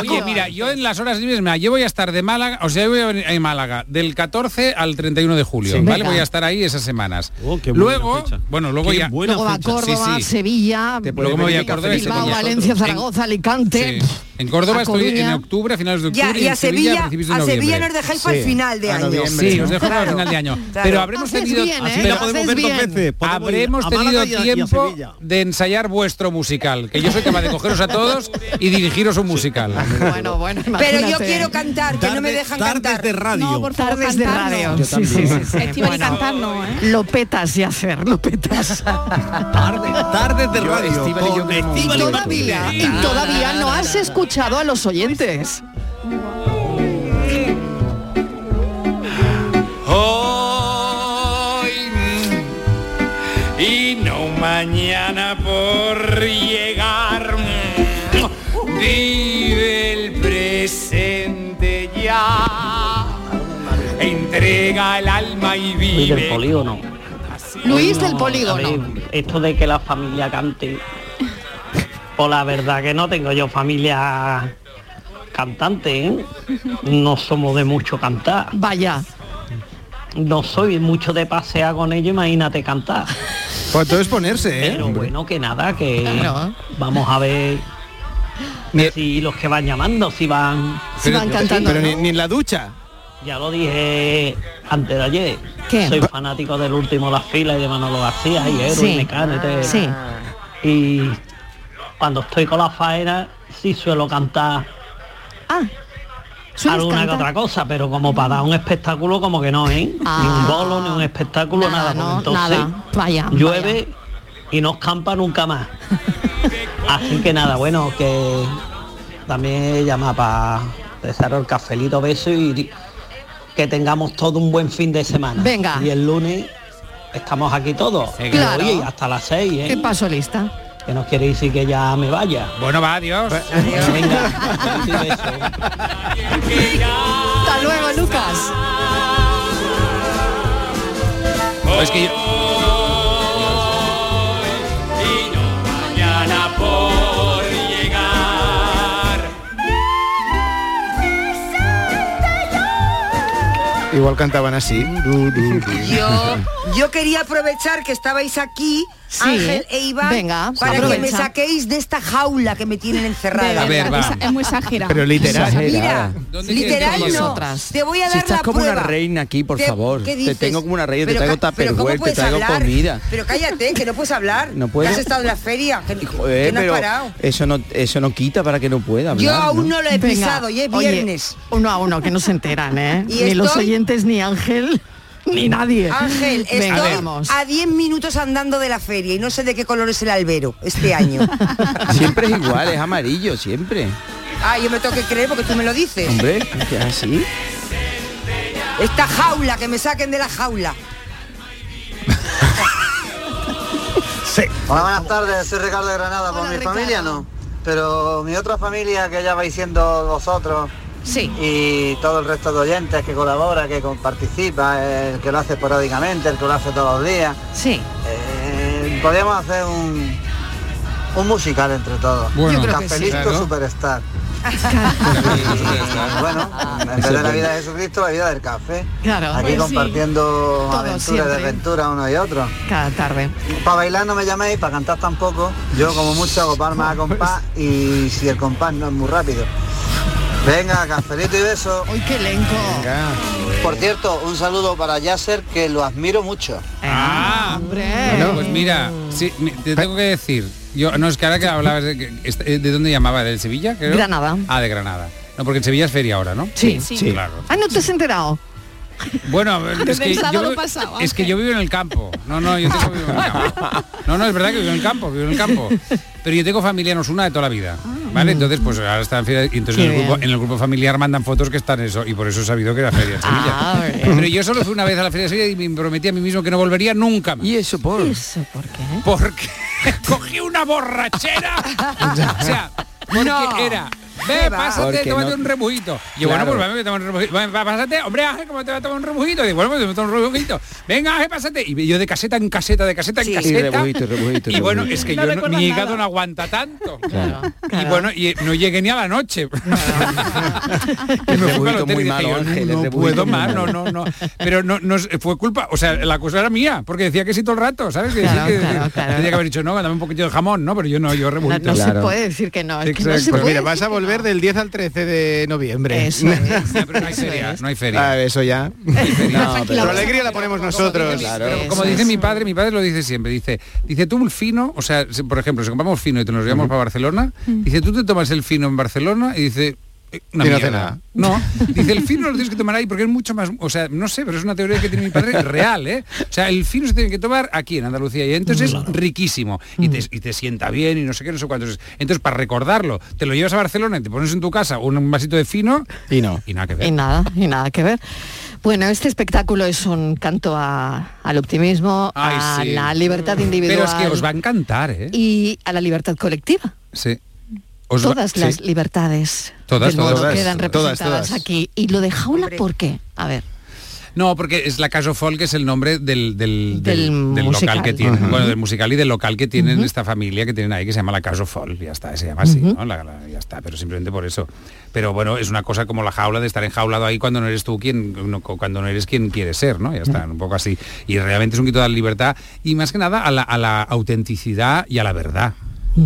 S18: Oye, mira, yo en las horas libres, mira, yo voy a estar de Málaga, o sea, yo voy a venir a Málaga del 14 al 31 de julio,
S10: Sí.
S18: ¿vale?
S15: Venga.
S18: Voy a estar ahí esas semanas.
S15: Oh,
S10: buena
S18: luego, bueno, luego
S10: Qué
S18: ya...
S15: Luego va a Córdoba,
S18: Sí, sí.
S15: Sevilla,
S18: Te puedes Luego me voy a venir a Córdoba y
S15: Bilbao,
S18: Sevilla.
S15: Valencia,
S18: En-
S15: Zaragoza, Alicante.
S18: Sí. En Córdoba
S15: A
S18: estoy en
S15: Coruña.
S18: octubre, a finales de
S15: Ya,
S18: octubre.
S15: y
S18: en
S15: a Sevilla-
S18: principios de
S15: a Sevilla
S18: noviembre. Ah,
S15: nos dejáis para el final de
S18: a
S15: año.
S18: noviembre.
S15: Sí,
S18: Sí, os dejo para el
S15: claro.
S18: final de año.
S15: Claro.
S18: Pero habremos
S15: Haces
S18: tenido,
S15: bien, ¿eh? Así la Lo podemos haces ver dos bien. veces. Podemos ir
S18: Habremos
S15: a
S18: tenido
S15: Málaga y a- y a
S18: tiempo
S15: Sevilla.
S18: de ensayar vuestro musical, que yo soy capaz de cogeros a todos y dirigiros un musical.
S15: Bueno, bueno,
S16: Pero yo
S15: imagínate.
S16: quiero cantar, que no me dejan cantar.
S15: No, por favor, tardes de
S16: cantar no.
S15: radio.
S18: Yo
S15: Sí, sí,
S18: también.
S15: sí, sí.
S18: Estíbaliz,
S15: cantar no, ¿eh? Lo petas y hacer, lo petas.
S10: Tardes de radio. con
S15: Y
S10: Estíbaliz
S15: todavía, y
S10: Martínez.
S15: todavía no has escuchado a los oyentes.
S14: hoy mm, y no mañana por llegar. mm. Vive el presente ya. Entrega el alma y
S22: Luis del
S14: vive.
S22: polígono.
S15: Luis
S22: No,
S15: del polígono.
S22: a ver, esto de que la familia cante. Pues la verdad que no tengo yo familia cantante, ¿eh? No somos de mucho cantar.
S15: Vaya.
S22: No soy mucho de pasear con ellos, imagínate cantar.
S20: Pues todo es ponerse, ¿eh?
S22: Pero bueno, que nada, que
S20: Claro.
S22: vamos a ver si los que van llamando, si van...
S20: Pero ni, ni en la ducha.
S22: Ya lo dije antes de ayer.
S20: ¿Qué?
S22: Soy fanático del último Las Filas y de Manolo García y Héroe
S15: Sí.
S22: y Mecánete.
S15: Sí.
S22: Y cuando estoy con la faena sí suelo cantar
S15: Ah, ¿sueles
S22: alguna que
S15: cantar?
S22: otra cosa, pero como para dar un espectáculo como que no, ¿eh? ni
S15: Ah.
S22: un bolo, ni un espectáculo, nada. porque
S15: Nada, no,
S22: entonces
S15: nada. Vaya.
S22: llueve y no escampa nunca más. Así que nada, bueno, que también llama para desearos el cafelito, beso y di- que tengamos todo un buen fin de semana.
S15: Venga.
S22: Y el lunes estamos aquí todos.
S15: Claro.
S22: Oye, y hasta las seis, ¿eh?
S15: ¿Qué paso lista?
S22: Que no quiere decir que ya me vaya.
S18: Bueno, va, adiós.
S15: Hasta luego, Lucas.
S18: Es que yo-
S14: mañana por llegar.
S20: Igual cantaban así. Du, du, du.
S16: Yo, yo quería aprovechar que estabais aquí,
S15: Sí.
S16: Ángel e Iván,
S15: Venga,
S16: para que me
S15: aprovecha.
S16: saquéis de esta jaula que me tienen encerrada.
S18: A ver, va.
S15: Es muy exagerada.
S4: Pero literal.
S16: Mira,
S4: ¿Dónde
S16: literal
S4: quieres que
S16: no.
S4: vosotras?
S16: Te voy a dar
S4: Si estás
S16: la
S4: como una
S16: prueba.
S4: reina aquí, por
S16: Te-
S4: favor.
S16: ¿qué
S4: Te
S16: dices?
S4: tengo como una reina, te
S16: Pero
S4: traigo
S16: ca- pero ¿cómo
S4: Tupperware, te
S16: puedes
S4: traigo
S16: hablar?
S4: comida.
S16: Pero cállate, que no puedes hablar.
S4: No puedo.
S16: Que has estado en la feria, que,
S4: Joder,
S16: que no has
S4: Eh, pero
S16: parado.
S4: eso no eso no quita para que no pueda hablar,
S16: Yo aún
S4: ¿no?
S16: no lo he
S15: Venga,
S16: pisado y es
S15: oye,
S16: viernes.
S15: uno a uno, que no se enteran, ¿eh?
S16: Y
S15: ni los
S16: estoy-
S15: oyentes, ni Ángel, ni nadie.
S16: Ángel, estoy
S15: Venga, vamos.
S16: a 10 minutos andando de la feria y no sé de qué color es el albero este año.
S4: Siempre es igual, es amarillo, siempre.
S16: ah, yo me tengo que creer porque tú me lo dices.
S4: Hombre, que es así.
S16: Esta jaula, que me saquen de la jaula.
S21: Hola, buenas tardes, soy Ricardo de Granada, por mi familia no, pero mi otra familia que ya vais siendo vosotros y todo el resto de oyentes que colabora, que con- participa, el que lo hace esporádicamente, el que lo hace todos los días. Eh,
S15: Sí.
S21: podríamos hacer un, un musical entre todos. Bueno. Yo un creo que sí. Cafelito Claro. Ah. Superstar.
S18: Ah,
S21: Y, bueno, en vez de la vida de Jesucristo, la vida del café.
S16: Claro,
S21: Aquí
S16: pues sí.
S21: compartiendo
S16: Todo
S21: aventuras
S16: siempre.
S21: de aventura uno y otro.
S15: Cada tarde.
S21: Para bailar no me llaméis, para cantar tampoco. Yo como mucho hago palmas a compás y si el compás no es muy rápido. Venga, cafelito y beso.
S15: ¡Uy, qué elenco!
S21: Por cierto, un saludo para Yasser, que lo admiro mucho.
S18: Ah, Bueno, pues mira, sí, mi- te tengo que decir, yo no es que ahora que hablabas de, que- est- eh, ¿de dónde llamaba, del Sevilla, creo?
S15: Granada.
S18: Ah, de Granada. No, porque en Sevilla es feria ahora, ¿no?
S15: Sí. Sí. Sí.
S18: Claro.
S15: Ah, no te has enterado.
S18: Bueno, es
S15: Desde
S18: que,
S15: el sábado
S18: yo,
S15: pasado,
S18: es que yo vivo en el campo. No, no, yo
S15: Ah.
S18: tengo vivo en el campo. No, no, es verdad que vivo en el campo, vivo en el campo. Pero yo tengo familia en Osuna de toda la vida. Vale, entonces pues ahora está en feria y entonces
S15: Qué
S18: en el, grupo,
S15: bien.
S18: en el grupo familiar mandan fotos que están eso y por eso he sabido que era feria de Sevilla. Pero yo solo fui una vez a la feria de Sevilla y me prometí a mí mismo que no volvería nunca más. ¿Y eso por?
S15: eso por qué?
S18: Porque cogí una borrachera. o sea, porque era Ve,
S14: ¿Qué va?
S18: pásate,
S14: Porque
S18: tómate
S14: no-
S18: un rebujito. Y yo,
S14: Claro.
S18: bueno, pues me tomo un rebujito. Va, va, Pásate, hombre, Ángel, ¿cómo te va a tomar un rebujito? Y digo, bueno, pues me tomo un rebujito. Venga, Ángel, pásate. Y yo de caseta en caseta, de caseta en
S14: Sí. Y
S18: caseta.
S4: rebujito, rebujito,
S18: Y bueno,
S4: rebujito.
S18: es que
S4: No
S18: yo no,
S4: recuerdas
S18: mi
S4: nada.
S18: hígado no aguanta tanto. Y bueno, y no llegué ni a la noche. Y me fui al
S4: rebujito
S18: hotel
S4: muy
S18: y dije,
S4: malo,
S18: yo,
S4: Ángel,
S18: no
S4: el rebujito
S18: puedo
S4: muy
S18: más,
S4: malo.
S18: no, no, no. Pero no, no es- fue culpa, o sea, la cosa era mía, porque decía que sí todo el rato, ¿sabes? Que,
S15: Claro,
S18: sí, que-
S15: claro, claro.
S18: Tenía que haber dicho, no, dame un poquito de jamón, ¿no? Pero yo no, yo
S15: No,
S18: rebujito.
S15: no se puede decir que no. Es que no
S20: Exacto.
S15: se
S20: Pues
S15: puede
S20: mira, vas a volver del 10 al 13 de noviembre.
S15: Eso es.
S18: no hay feria, no hay feria.
S20: Ah, eso ya.
S18: No,
S20: pero la alegría la ponemos nosotros.
S18: Pero como dice mi padre, mi padre lo dice siempre, dice, dice tú el fino, o sea, si, por ejemplo, si compramos fino y te lo llevamos para Barcelona, dice tú te tomas el fino en Barcelona y dice "Eh, una
S20: Y
S18: mierda".
S20: no hace nada.
S18: No, dice el fino lo tienes que tomar ahí porque es mucho más, o sea, no sé, pero es una teoría que tiene mi padre real, ¿eh? O sea, el fino se tiene que tomar aquí en Andalucía y entonces es riquísimo y te, y te sienta bien y no sé qué, no sé cuánto. Entonces, entonces, para recordarlo, te lo llevas a Barcelona y te pones en tu casa un vasito de fino
S20: y no,
S18: y nada que ver.
S15: Y nada, y nada que ver. Bueno, este espectáculo es un canto a- al optimismo,
S18: Ay,
S15: a
S18: sí.
S15: la libertad individual
S18: Pero es que os va a encantar, ¿eh?
S15: y a la libertad colectiva.
S18: Sí. Os va-
S15: todas las
S18: sí.
S15: libertades
S18: Todas,
S15: del mundo
S18: todas,
S15: quedan
S18: todas, todas.
S15: representadas aquí. ¿Y lo de jaula por qué? A ver.
S18: No, porque es la Caso Folk, es el nombre del, del, del- del
S15: musical.
S18: local que tienen.
S15: Ajá.
S18: Bueno, del musical y del local que tienen esta familia que tienen ahí, que se llama la Caso Folk. Ya está, se llama así,
S15: Ujú.
S18: ¿no? La- la- ya está, pero simplemente por eso. Pero bueno, es una cosa como la jaula de estar enjaulado ahí cuando no eres tú quien, no, cuando no eres quien quieres ser, ¿no? Ya está, un poco así. Y realmente es un quito de la libertad y más que nada a la, a la autenticidad y a la verdad.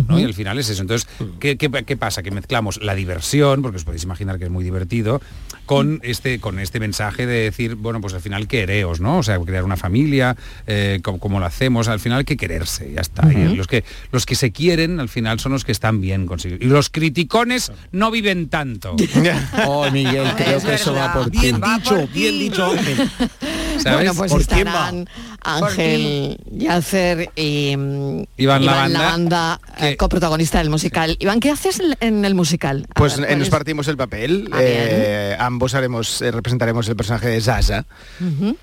S18: ¿no? Y al final es eso. Entonces, ¿qué, qué, qué pasa? Que mezclamos la diversión, porque os podéis imaginar que es muy divertido, con este, con este mensaje de decir, bueno, pues al final quereos, ¿no? O sea, crear una familia, eh, como, como lo hacemos, al final hay que quererse, ya está. Y
S6: Ujú.
S18: los, que, los que se quieren al final son los que están bien consigo. Y los criticones no viven tanto.
S4: oh, Miguel, creo que eso va por ti.
S10: Bien dicho, bien dicho, Ángel.
S18: ¿Sabes?
S15: Bueno, pues
S18: ¿Por quién va?
S15: estarán Ángel Yacer y mm,
S20: Iván Lavanda,
S15: Lavanda, eh, coprotagonista del musical. Iván, ¿qué haces en el musical? A
S20: Pues
S15: ver,
S20: eh,
S15: ¿cuál
S20: nos
S15: es?
S20: partimos el papel.
S15: Ah, bien.
S20: eh, ambos haremos, eh, representaremos el personaje de Zaza.
S15: Ujú.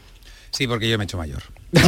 S18: Sí, porque yo me he hecho mayor.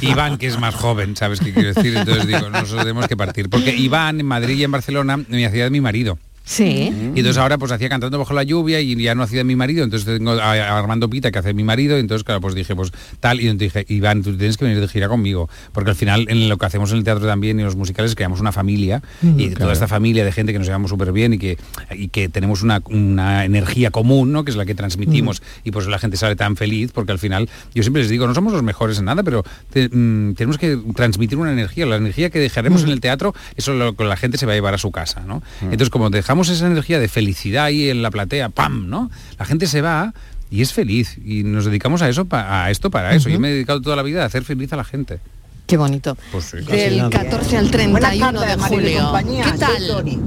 S18: Iván, que es más joven, ¿sabes qué quiero decir? Entonces digo, nosotros tenemos que partir. Porque Iván en Madrid y en Barcelona me hacía de mi marido.
S15: Sí.
S18: Y entonces ahora pues hacía cantando bajo la lluvia y ya no hacía de mi marido. Entonces tengo a, a Armando Pita que hace de mi marido. Y entonces, claro, pues dije, pues tal. Y entonces dije, Iván, tú tienes que venir de gira conmigo. Porque al final en lo que hacemos en el teatro también y en los musicales es creamos una familia.
S6: Mm,
S18: y
S6: claro.
S18: toda esta familia de gente que nos llevamos súper bien y que, y que tenemos una, una energía común, ¿no? Que es la que transmitimos. Y por eso la gente sale tan feliz. Porque al final, yo siempre les digo, no somos los mejores en nada, pero te- mm, tenemos que transmitir una energía. La energía que dejaremos en el teatro, eso es lo que la gente se va a llevar a su casa, ¿no?
S15: Mm.
S18: Entonces, como dejamos esa energía de felicidad ahí en la platea, ¡pam! ¿no? La gente se va y es feliz. Y nos dedicamos a eso pa- a esto para eso. Yo me he dedicado toda la vida a hacer feliz a la gente.
S15: Qué bonito.
S18: Pues sí.
S15: Del 14 al 31 de julio.
S23: compañía,
S15: ¿Qué tal?
S23: Soy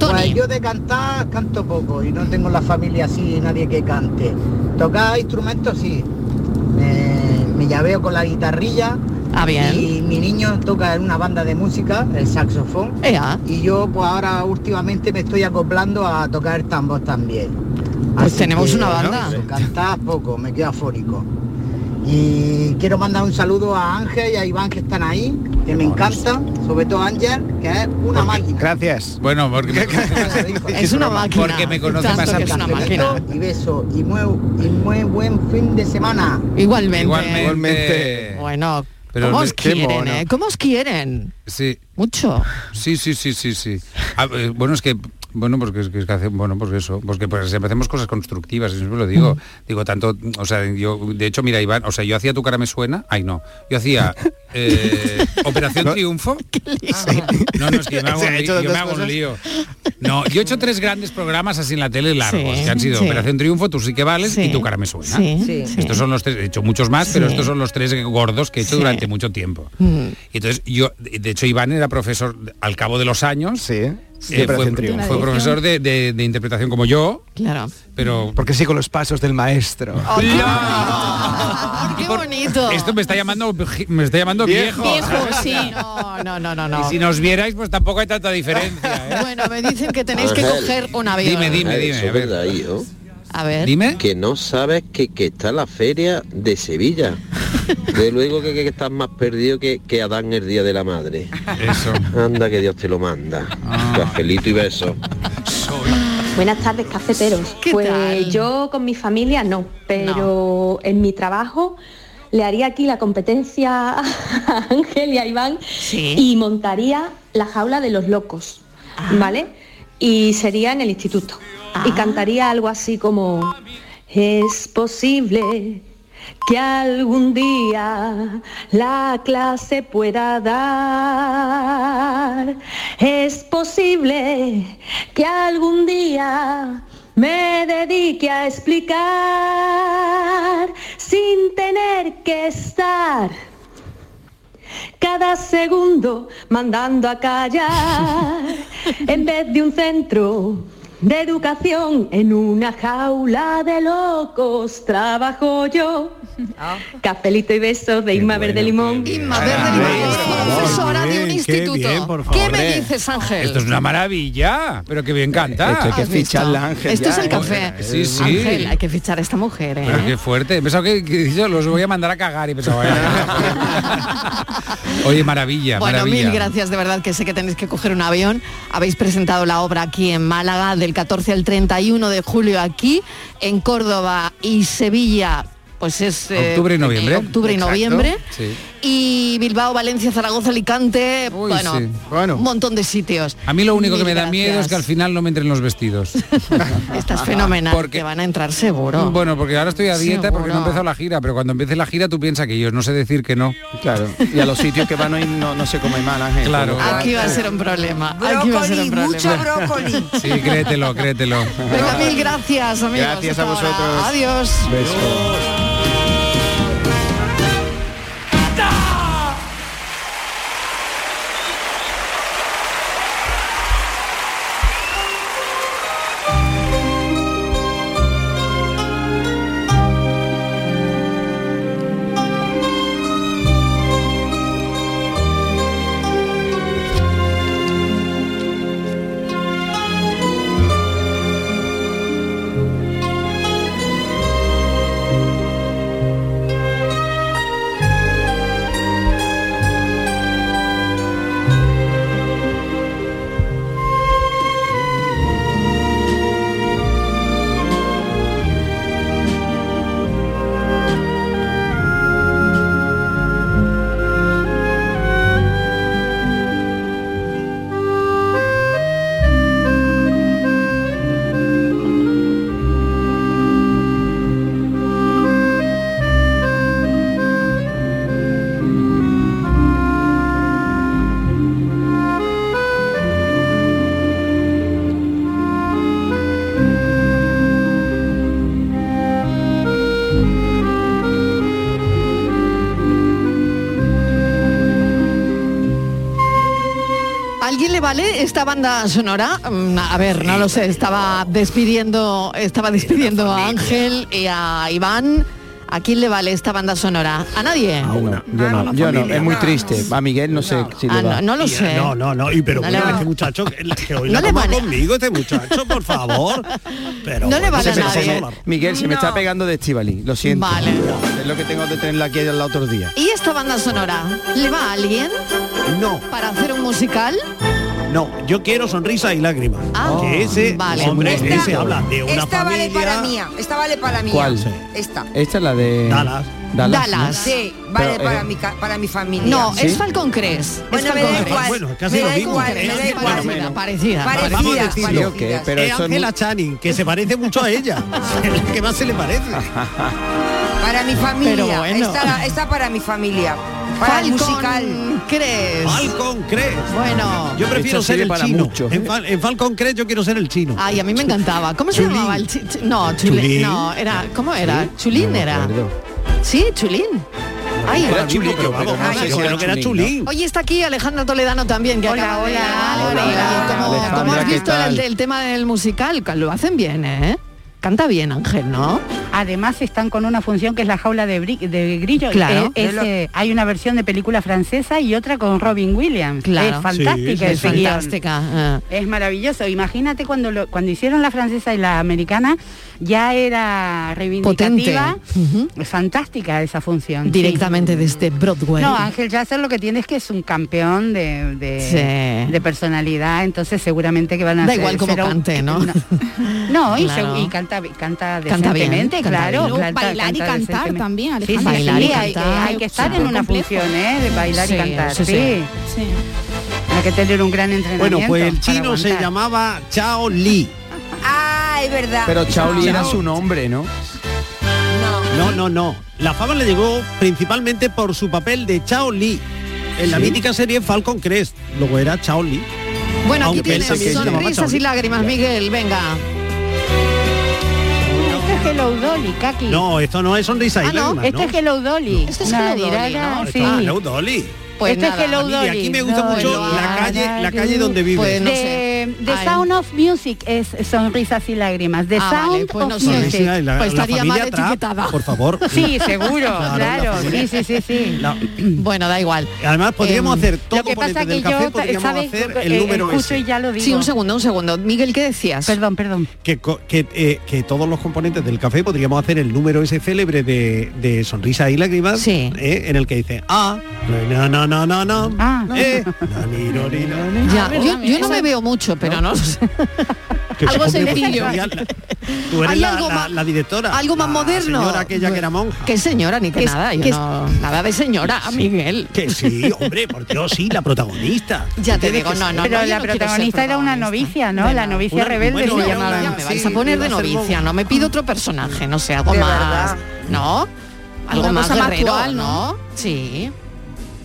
S23: Tony. Pues yo de cantar canto poco y no tengo la familia así, nadie que cante. Tocar instrumentos sí. Me, me llaveo con la guitarrilla.
S15: Ah, bien.
S23: Y mi niño toca en una banda de música, el saxofón. Y yo pues ahora últimamente me estoy acoplando a tocar el tambor también.
S15: Pues tenemos una banda.
S23: eso, Cantar poco, me quedo afónico. Y quiero mandar un saludo a Ángel y a Iván que están ahí, que me encanta, sobre todo Ángel, que es una máquina.
S20: Gracias.
S18: Bueno, porque me
S23: Es una máquina.
S18: Porque me conoce más a mí.
S23: Y beso y muy, y muy buen fin de semana.
S15: Igualmente.
S18: Igualmente. Igualmente.
S15: Bueno,
S18: Pero
S15: ¿cómo
S18: de-
S15: os
S18: qué
S15: quieren,
S18: mono.
S15: eh? ¿Cómo os quieren?
S18: Sí.
S15: Mucho.
S18: Sí, sí, sí, sí, sí. Ah, eh, bueno, es que bueno, porque es que es que hace- bueno, pues eso, porque pues siempre hacemos cosas constructivas, yo siempre lo digo. Digo tanto, o sea, yo de hecho, mira, Iván, o sea, yo hacía tu cara me suena, ay no. Yo hacía eh, Operación Triunfo. No, no, es que yo me hago,
S20: Se ha
S18: un, li-
S20: hecho
S18: yo
S20: tantas
S18: me hago un
S20: cosas.
S18: lío. No, yo he hecho tres grandes programas así en la tele largos,
S20: Sí,
S18: que han sido
S20: sí.
S18: Operación Triunfo, Tú sí que vales
S20: Sí.
S18: y Tu cara me suena.
S20: Sí, sí.
S18: Estos son los tres, he hecho muchos más, pero
S20: Sí.
S18: estos son los tres gordos que he hecho
S20: Sí.
S18: durante mucho tiempo.
S15: Mm.
S18: Y entonces yo, de hecho Iván era profesor al cabo de los años.
S20: Sí,
S18: Eh,
S20: Operación
S18: fue,
S20: Triunfo.
S18: fue profesor de, de- de interpretación como yo,
S15: Claro.
S18: pero...
S20: Porque sí con los pasos del maestro.
S15: ¡Qué bonito!
S18: Esto me está llamando, me está llamando siendo viejos.
S15: Viejos,
S18: ¿sabes?
S15: sí. No, no, no, no.
S18: Y
S15: no.
S18: si nos vierais, pues tampoco hay tanta diferencia.
S15: Bueno, me dicen que tenéis que
S6: Ángel.
S15: coger un avión.
S18: Dime, dime,
S6: Eso
S18: dime.
S6: es verdad, hijo.
S15: A ver.
S6: Que no sabes que, que está la feria de Sevilla. De luego que, que estás más perdido que, que Adán el día de la madre.
S18: Eso.
S6: Anda que Dios te lo manda.
S18: Ah.
S6: Cafelito y beso.
S24: Buenas tardes, cafeteros. Pues yo con mi familia no, pero en mi trabajo le haría aquí la competencia a Ángel y a Iván y montaría la jaula de los locos, ¿vale? Y sería en el instituto. Y cantaría algo así como, es posible que algún día la clase pueda dar. Es posible que algún día me dedique a explicar sin tener que estar cada segundo mandando a callar en vez de un centro de educación en una jaula de locos trabajo yo
S15: Ah.
S24: cafelito y besos de Inma Verde Limón
S15: Profesora de un instituto. ¿Qué me
S18: Hombre,
S15: dices, Ángel?
S18: Esto es una maravilla, pero que me encanta.
S6: Esto hay que
S15: ¿Has visto? Esto
S6: ¿eh?
S15: es el café.
S18: Sí, sí.
S15: Ángel, hay que fichar a esta mujer, ¿eh?
S18: Pero qué fuerte. He pensado que, que yo los voy a mandar a cagar y pensaba. "Vaya". Oye, maravilla,
S15: Bueno,
S18: maravilla.
S15: mil gracias, de verdad que sé que tenéis que coger un avión. Habéis presentado la obra aquí en Málaga del 14 al 31 de julio aquí, en Córdoba y Sevilla, pues es... eh,
S18: Octubre y noviembre.
S15: eh, octubre y
S18: Exacto.
S15: noviembre.
S18: Sí.
S15: Y Bilbao, Valencia, Zaragoza, Alicante, bueno,
S18: sí.
S15: un montón de sitios.
S18: A mí lo único que
S15: Mil
S18: me da miedo es
S15: gracias.
S18: que al final no me entren los vestidos.
S15: Estás fenomenal, que van a entrar seguro.
S18: Bueno, porque ahora estoy a dieta porque no he
S15: Seguro.
S18: empezado la gira, pero cuando empiece la gira tú piensas que yo no sé decir que no. Claro.
S4: Y a los sitios que van hoy no, no sé cómo hay mal, Ángel.
S18: Claro.
S15: Aquí va a ser un problema. aquí va a ser un
S16: Brócoli, mucho
S15: problema.
S16: brócoli.
S18: Sí, créetelo, créetelo.
S15: Venga, mil gracias, amigos.
S18: Gracias a
S15: Hasta ahora.
S18: vosotros.
S15: Adiós. ¿A ¿Alguien le vale esta banda sonora? Mm, A ver, no lo sé, estaba despidiendo, estaba despidiendo a Ángel y a Iván. ¿A quién le vale esta banda sonora? ¿A nadie?
S4: Yo no, yo no, es muy triste. A Miguel no sé si le
S15: Ah,
S4: va.
S15: no, no lo sé.
S10: No, no, no. Y pero
S15: No
S10: bueno,
S15: le va.
S10: este muchacho, que, que hoy
S15: No
S10: la
S15: le
S10: toma
S15: vale.
S10: conmigo, este muchacho, por favor. Pero
S15: No le
S10: bueno,
S15: vale a
S10: se me- se me- se
S15: nadie.
S10: me-
S4: Miguel, se me está pegando de Estivali, lo siento.
S15: Vale.
S4: Es lo que tengo de tenerla aquí al otro día.
S15: ¿Y esta banda sonora? ¿Le va a alguien?
S10: No.
S15: ¿Para hacer un musical?
S10: No, yo quiero sonrisas y lágrimas.
S15: Ah,
S10: que ese,
S15: vale.
S10: hombre,
S4: Esta-
S10: ese habla de una
S16: Esta vale
S10: familia.
S16: para mía, esta vale para mía.
S4: ¿Cuál? Sí.
S16: Esta.
S4: Esta es la de... Dallas. Dallas. ¿no?
S16: Sí, vale
S4: Pero,
S16: para,
S4: eh,
S16: mi, ca- para mi familia.
S15: No,
S4: ¿Sí?
S15: es Falcon Crest.
S16: Bueno,
S15: es
S16: me
S15: Falcon
S16: da
S15: Crest.
S16: igual.
S10: casi
S16: me
S10: lo
S16: da
S10: mismo.
S16: igual, me
S10: Es
S16: da igual.
S10: igual.
S15: Parecida, parecida.
S16: Parecida.
S10: Vamos a decirlo.
S4: Sí, ok, pero
S10: es
S4: eso es
S10: Eh, Ángela
S4: muy-
S10: Channing, que se parece mucho a ella. Es la que más se le parece.
S16: Para mi
S10: Pero
S16: familia.
S10: bueno.
S16: Esta, la- esta para mi familia. Para el
S15: Falcon
S16: musical.
S15: Crest.
S10: Falcon Crest.
S15: Bueno.
S10: Yo prefiero
S4: Esta
S10: ser
S4: sirve
S10: el
S4: para
S10: chino.
S4: mucho.
S10: En, Fal- en Falcon Crest yo quiero ser el chino.
S15: Ay, a mí me encantaba. ¿Cómo se
S10: Chulín.
S15: llamaba el chi- chi- No, chulín.
S10: Chulín.
S15: No, era. ¿Cómo era? Chulín
S10: No me
S15: era.
S10: acuerdo.
S15: Sí, chulín. Ay,
S10: Era chulín, pero vamos,
S4: no sé
S10: yo
S4: si
S10: creo
S4: era
S10: que era
S4: Chulín,
S10: chulín.
S15: Oye, está aquí Alejandra Toledano también, que hola, acaba de llegar.
S4: hola,
S15: Y como,
S4: Alejandra,
S15: como has
S4: ¿qué
S15: visto
S4: tal?
S15: el, el tema del musical, que lo hacen bien, ¿eh? Canta bien Ángel, ¿no?
S25: Además están con una función que es la jaula de, bri- de grillo.
S15: Claro.
S25: Eh, es, eh, hay una versión de película francesa y otra con Robin Williams.
S15: Claro.
S25: Es fantástica.
S15: Sí, sí,
S25: ese
S15: sí.
S25: guión.
S15: Fantástica, ah.
S25: Es maravilloso. Imagínate cuando lo- cuando hicieron la francesa y la americana ya era reivindicativa. Es fantástica esa función. sí.
S15: Directamente desde Broadway.
S25: No, Ángel Yasser lo que tiene es que es un campeón de, de-
S15: Sí.
S25: de personalidad, entonces seguramente que van a
S15: Da
S25: ser-
S15: igual como
S25: será un-
S15: cante, ¿no?
S25: No, y,
S15: Claro.
S25: se- y canta, canta
S15: Canta bien,
S25: decentemente,
S15: canta
S25: claro.
S15: bien.
S25: canta-
S19: Bailar y
S25: canta
S19: cantar
S25: decentemente.
S19: también,
S25: Sí, sí,
S15: Alejandra.
S25: sí,
S15: Bailar y
S25: hay,
S15: cantar,
S25: hay que estar en
S15: súper
S25: una
S15: complejo.
S25: función, ¿eh? De bailar
S15: Sí,
S25: y cantar,
S15: sí,
S25: sí.
S15: sí.
S25: Hay que tener un gran entrenamiento.
S10: Bueno, pues el
S25: para
S10: chino se
S25: aguantar.
S10: llamaba Chao Li.
S16: Ah, es verdad.
S4: Pero Chaoli era
S10: Chao.
S4: su nombre, ¿no?
S10: No, no, no. La fama le llegó principalmente por su papel de Chao Li en la ¿Sí? mítica serie Falcon Crest. Luego era Chao Li.
S15: Bueno, aquí
S10: Aunque él
S15: tienes
S10: también se llamaba
S15: sonrisas y
S10: Chaoli.
S15: lágrimas, Miguel, venga.
S25: Este es Hello Dolly, Kaki.
S10: No, esto no es sonrisa y
S25: Ah, no,
S10: lágrimas,
S25: este es Hello Dolly.
S15: Este es
S25: Una
S15: Hello Dolly,
S25: dirá,
S15: ¿no?
S10: Esto-
S25: sí.
S10: ah, Hello Dolly.
S25: Pues Este es nada. Hello
S10: Ah, mire, Aquí
S25: Dolly.
S10: me gusta mucho
S25: Dolly.
S10: la calle, la calle donde vive.
S15: Pues no
S25: de,
S15: sé.
S25: de
S15: Ay.
S25: Sound of Music es sonrisas y lágrimas. De
S15: Ah,
S25: Sound
S15: vale, pues
S25: of
S15: no sé.
S10: Sonrisa y
S25: Music.
S10: la-
S15: Pues
S10: la
S15: estaría
S10: familia
S15: mal
S10: Trapp,
S15: etiquetada.
S10: Por favor.
S25: Sí, seguro,
S10: la
S25: claro.
S10: familia-
S25: Sí, sí, sí, sí.
S10: La-
S15: Bueno, da igual.
S10: Además podríamos
S15: Em,
S10: hacer todo
S25: Lo que
S10: por
S25: pasa
S10: dentro
S25: que
S10: del café,
S25: yo,
S10: podríamos
S25: ¿sabes?
S10: hacer
S25: Eh,
S10: el número
S25: escucho
S10: ese.
S25: y ya lo digo.
S15: Sí, un segundo, un segundo. Miguel, ¿qué decías?
S25: Perdón, perdón.
S10: que, co- que, eh, que todos los componentes del café podríamos hacer el número ese célebre de, de sonrisa y lágrimas eh, en el que dice ah no no no no no
S25: Ah.
S10: eh, na, ni, no, ni, no, no".
S15: Ya,
S19: Ah,
S15: yo, yo no me
S19: esa-
S15: veo mucho, pero no, lo sé.
S10: Que supongo
S15: Algo
S10: que
S15: sencillo.
S10: sería la- tú eres
S15: Hay
S10: la,
S15: algo
S10: la-
S15: más-
S10: la directora
S15: algo más
S10: la
S15: moderno.
S10: señora aquella que era monja
S15: ¿Qué señora? Ni que,
S10: Que-
S15: nada. Yo
S10: que-
S15: no- nada de señora, Miguel.
S10: que sí hombre por Dios sí la protagonista
S15: Ya te
S10: Tiene
S15: digo,
S10: que
S15: no,
S10: ser-
S15: no,
S25: Pero
S15: no, yo
S25: la
S15: no quiero ser
S25: protagonista era una
S15: protagonista.
S25: novicia, ¿no?
S15: De
S25: La
S15: nada.
S25: novicia
S10: Una-
S25: rebelde
S10: bueno,
S25: se
S10: ya-
S25: llamaba.
S15: Ya
S10: Nada,
S15: me vais
S10: sí,
S15: a poner
S10: iba
S15: de
S10: a ser
S15: novicia,
S10: monja.
S15: no me pido otro personaje, no sé, algo
S25: De
S15: más.
S25: verdad.
S15: ¿No? Algo
S19: Una
S15: más
S19: cosa más
S15: guerrero,
S19: actual,
S15: ¿no?
S19: ¿no?
S15: Sí.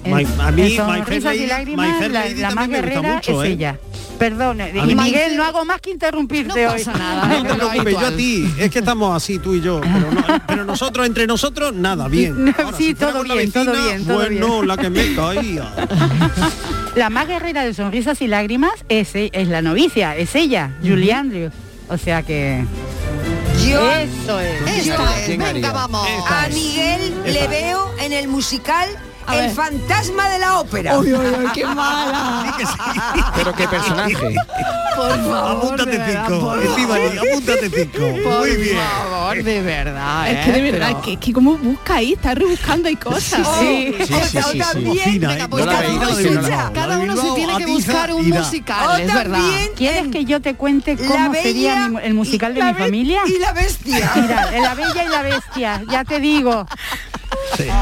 S10: My- a mí,
S25: En
S10: My Fair
S25: sonrisas
S10: Lady-
S25: y
S10: My
S25: lágrimas,
S10: Fair
S25: la,
S10: Lady
S25: la más
S10: también me gusta
S25: guerrera
S10: mucho,
S25: es
S10: ¿eh?
S25: ella. Perdón,
S10: mí-
S25: y Miguel, no hago más que
S15: No
S25: interrumpirte hoy.
S15: pasa nada.
S10: No te
S15: lo
S10: preocupes, yo a
S15: habitual.
S10: ti. Es que estamos así tú y yo. Pero, no- pero nosotros, entre nosotros, nada, bien.
S25: No,
S10: Ahora,
S25: sí,
S10: si fuéramos
S25: todo
S10: la
S25: bien, todo
S10: vecina,
S25: bien, todo
S10: bueno,
S25: bien.
S10: la que me caía.
S25: La más guerrera de sonrisas y lágrimas es, e- es la novicia, es ella, Julie Andrews. O sea que...
S16: Yo-
S25: Eso es.
S15: Esto
S16: Yo-
S15: es,
S4: ¿Quién
S15: venga,
S4: haría?
S15: vamos.
S16: A Miguel le veo en el musical
S15: A
S16: El
S15: ver.
S16: fantasma de la ópera.
S15: Uy, uy, uy, qué mala.
S4: Pero qué personaje.
S15: Por favor, de
S10: Apúntate
S15: verdad,
S10: cinco.
S15: por
S10: Estíbaliz, apúntate cinco.
S15: Por
S10: Muy bien.
S15: favor, de verdad.
S19: Es que de
S15: ¿eh?
S19: verdad,
S15: Pero-
S19: que, que como busca ahí, está rebuscando ahí cosas.
S16: Sí,
S4: Sí, sí, sí, sí.
S10: Fina,
S15: Venga,
S10: ¿eh?
S15: pues
S4: No la
S15: cada,
S4: veis,
S15: uno
S4: sí, no la
S15: se-
S4: veo.
S15: cada uno se
S10: Bilbao,
S15: tiene que
S10: Atiza,
S15: buscar un
S10: Ida.
S25: Oh,
S15: musical,
S16: O
S15: es verdad.
S16: Oh, también
S25: ¿Quieres que yo te cuente
S16: La
S25: cómo
S16: Bella
S25: sería mi mu- el musical de
S16: y
S25: mi
S16: la be-
S25: familia?
S16: Y la bestia.
S25: Mira, la bella y la bestia, ya te digo.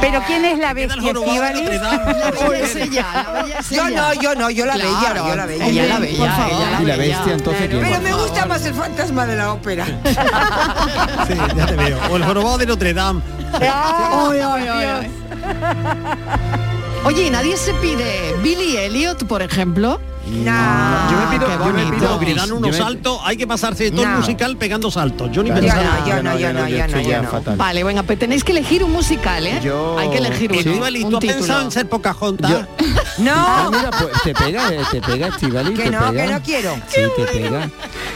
S25: Pero ¿quién es la bestia, Estíbaliz?
S15: La bella es ella, la bella es
S16: Yo
S15: ella.
S16: no, yo no, yo la
S15: Claro,
S16: bella, yo la bella.
S15: Ella la
S16: Hombre,
S15: bella,
S16: por
S15: ella
S16: favor.
S15: la
S4: Y la
S15: bella.
S4: bestia, entonces, ¿quién?
S16: Pero me gusta más el fantasma de la ópera.
S10: Sí, ya te veo. O el jorobado de Notre Dame.
S25: Ay, ay, ay.
S15: Oye, ¿y nadie se pide Billy Elliot, por ejemplo?
S16: No.
S4: Yo me pido,
S15: qué
S4: yo me
S15: bonito.
S4: pido
S10: Que dan
S4: Yo
S10: unos
S4: me-
S10: saltos. Hay que pasarse todo el
S16: No.
S10: musical pegando saltos. Yo ni
S16: Yo
S10: pensaba.
S16: no, yo no, yo no, yo no,
S4: estoy
S16: yo
S4: ya
S16: no.
S4: fatal.
S15: Vale, venga, pero tenéis que elegir un musical, ¿eh?
S4: Yo-
S15: Hay que elegir uno.
S4: Sí.
S10: Estíbaliz,
S15: un
S10: ¿tú has
S15: título.
S10: pensado en ser Pocahontas?
S4: Yo- Ah,
S16: No,
S4: mira, pues, te pega, eh, te pega, Estivali,
S16: Que
S4: te
S16: no,
S4: pega.
S16: que no quiero.
S4: Sí, te pega.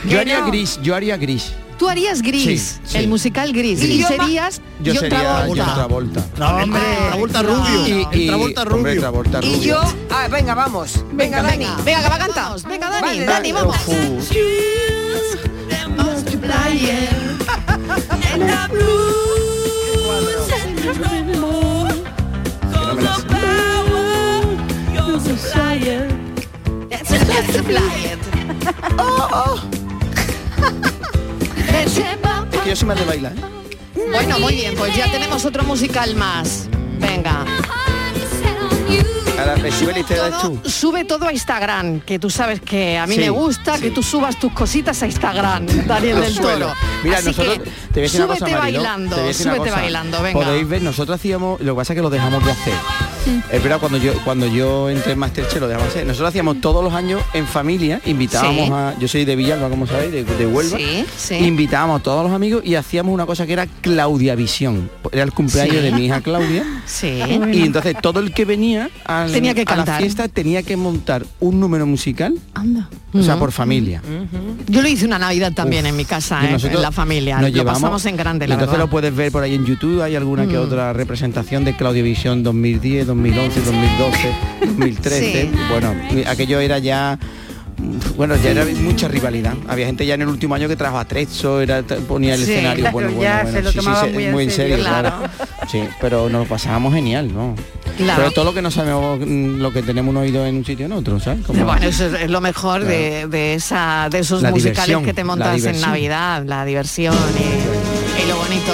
S4: Yo
S16: Que
S4: haría
S16: no.
S4: gris, yo haría gris.
S15: Tú harías Gris,
S4: Sí, sí.
S15: el musical Gris,
S16: Y
S15: y
S16: yo ma-
S15: serías
S4: Yo
S15: John
S4: sería
S15: Travolta.
S4: John Travolta.
S10: No, hombre,
S15: Ah,
S10: Travolta
S15: claro.
S10: Rubio.
S4: Y-
S10: el Travolta Rubio.
S4: hombre, Travolta
S16: Y
S4: Rubio.
S16: yo, ah, venga, vamos. Venga, Dani.
S15: Venga, venga, que va a cantar. Venga, Dani,
S16: Vale,
S15: Dani,
S16: dale.
S15: vamos.
S4: Ojo. Que yo soy más de bailar.
S15: Bueno, muy bien, pues ya tenemos otro musical más. Venga,
S4: A la festival y te das tú.
S15: todo- sube todo a Instagram, que tú sabes que a mí
S4: Sí,
S15: me gusta
S4: sí.
S15: que tú subas tus cositas a Instagram, Daniel
S4: Lo
S15: del
S4: suelo.
S15: Toro.
S4: Mira,
S15: Así
S4: nosotros
S15: que
S4: te voy a decir una
S15: súbete
S4: cosa, Mariló,
S15: bailando,
S4: te voy a decir una
S15: súbete
S4: cosa.
S15: bailando, venga. Mm.
S4: Podéis ver, nosotros hacíamos, lo que pasa es que lo dejamos de hacer. Es verdad, cuando yo cuando yo entré en Masterchef lo dejamos hacer. Nosotros hacíamos todos los años en familia, invitábamos
S15: Sí.
S4: a... Yo soy de Villalba, como sabéis, de, de Huelva.
S15: Sí, sí.
S4: Invitábamos a todos los amigos y hacíamos una cosa que era Claudia Visión. Era el cumpleaños
S15: Sí.
S4: de mi hija Claudia.
S15: Sí.
S4: Y entonces todo el que venía al-
S15: Tenía que
S4: a la
S15: cantar.
S4: fiesta tenía que montar un número musical, o sea, por familia.
S15: Mm. Yo lo hice una Navidad también
S4: Uf,
S15: en mi casa,
S4: Y
S15: ¿eh?
S4: nosotros
S15: en la familia.
S4: nos
S15: Lo
S4: llevamos-
S15: pasamos en grande, la
S4: entonces
S15: verdad.
S4: lo puedes ver por ahí en YouTube, hay alguna que
S15: Mm.
S4: otra representación de Claudio Visión 2010, 2011, 2012, 2013.
S15: Sí.
S4: Bueno, aquello era ya... Bueno, ya era mucha rivalidad. Había gente ya en el último año que trajo a Trezzo, era, t- ponía el
S25: Sí,
S4: escenario.
S25: claro,
S4: bueno,
S25: ya
S4: bueno, bueno.
S25: se lo tomaba muy en serio.
S4: claro. Sí, pero nos lo pasábamos genial, ¿no?
S15: Claro.
S4: Pero todo lo que no sabemos, mm, lo que tenemos un oído en un sitio en otro, ¿sabes? Como-
S15: Bueno, eso es, es lo mejor de, de esa, de esos
S4: La
S15: musicales
S4: diversión,
S15: que te
S4: la
S15: montas en
S4: diversión.
S15: Navidad, la diversión y, y lo bonito.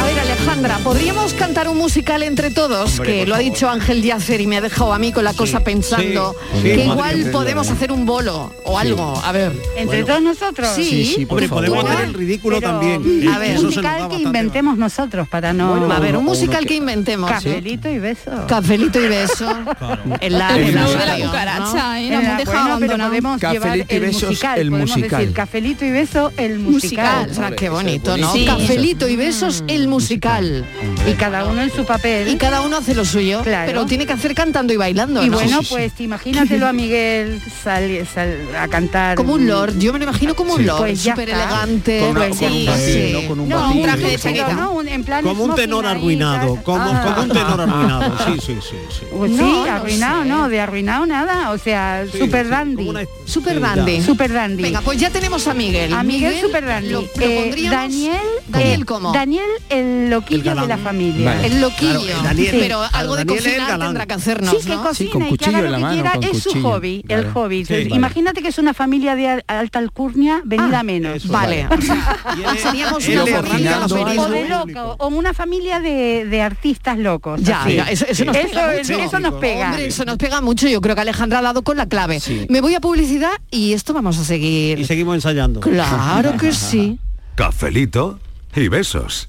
S15: A ver, Alejandra, ¿podríamos cantar un musical entre todos?
S22: Hombre,
S15: que
S22: por
S15: lo ha dicho Ángel Yácer y me ha dejado a mí con la cosa pensando
S10: sí,
S15: que
S10: madre
S15: igual
S10: mía.
S15: podemos hacer un bolo o
S10: Sí.
S15: algo. A ver.
S25: ¿Entre todos nosotros?
S15: Sí. Sí, sí, por
S10: Hombre,
S15: favor.
S10: podemos hacer el ridículo
S25: Pero
S10: también.
S25: A ver, un
S10: Eso se nos da
S25: musical que
S10: bastante
S25: inventemos nosotros para no...
S15: Bueno, a ver, un o uno musical que- que inventemos.
S25: Cafelito y beso.
S15: Cafelito y beso. En la,
S25: El
S15: en
S25: menú de la
S15: radio,
S25: cucaracha,
S15: ¿no?
S25: ¿eh? Nos hemos dejado
S15: Era bueno, pero
S25: abandonados.
S15: podemos llevar
S4: Cafelito y
S15: el
S4: besos,
S15: musical,
S4: el
S15: podemos decir,
S4: musical.
S25: Cafelito y beso, el musical.
S15: musical. Ah, qué bonito, ¿no?
S25: Sí.
S15: Cafelito y besos, el musical.
S25: Y cada uno en su papel.
S15: Y cada uno hace lo suyo,
S25: Claro.
S15: pero tiene que hacer cantando y bailando.
S25: Y
S15: ¿no?
S25: bueno, pues imagínatelo a Miguel sal- sal- a cantar.
S15: Como un lord, yo me lo imagino como un
S25: Sí.
S15: lord,
S25: Pues ya
S15: súper
S25: está. Pues
S15: elegante.
S10: Con una- con un batín, ¿no? Con un batín, como-
S25: No, un- en plan
S10: Como un
S25: smoking
S10: tenor
S25: ahí,
S10: arruinado,
S25: tal.
S10: como,
S25: Ah.
S10: como un tenor arruinado. Sí, sí, sí, sí.
S25: Pues sí,
S15: No, no
S25: arruinado,
S15: sé.
S25: no, de arruinado nada, o sea, super dandy.
S15: Super dandy.
S25: Super dandy.
S15: Venga, pues ya tenemos a Miguel.
S25: A Miguel, super dandy.
S15: Lo, lo
S25: Eh,
S15: pondríamos-
S25: Daniel,
S15: Daniel
S25: eh,
S15: ¿cómo?
S25: Daniel el loquillo de la familia.
S15: Vale. El loquillo.
S25: Sí.
S15: Daniel- Pero algo de
S25: Daniel es el
S15: cocinar
S25: galán.
S15: tendrá que hacernos,
S25: Sí, que
S15: ¿no?
S25: cocina
S15: Sí, con
S25: y que
S15: cuchillo
S25: haga
S15: en
S25: lo
S15: la
S25: que
S15: mano,
S25: quiera,
S15: con
S25: es su
S15: cuchillo.
S25: hobby, el
S15: Vale.
S25: hobby.
S15: Sí,
S25: Entonces,
S15: vale. Ah,
S25: Imagínate que es una familia de al- alta alcurnia, venida menos.
S15: Vale. Seríamos una familia
S25: o
S15: de los
S25: de loco, o una familia de, de artistas locos.
S15: Ya,
S25: así.
S15: ya, eso, eso nos pega
S25: Eso-
S15: mucho.
S25: eso nos pega.
S15: Hombre, eso nos pega mucho. Yo creo que Alejandra ha dado con la clave. Me voy a publicidad y esto vamos a seguir.
S10: Y seguimos ensayando.
S15: Claro que sí.
S26: Cafelito y besos.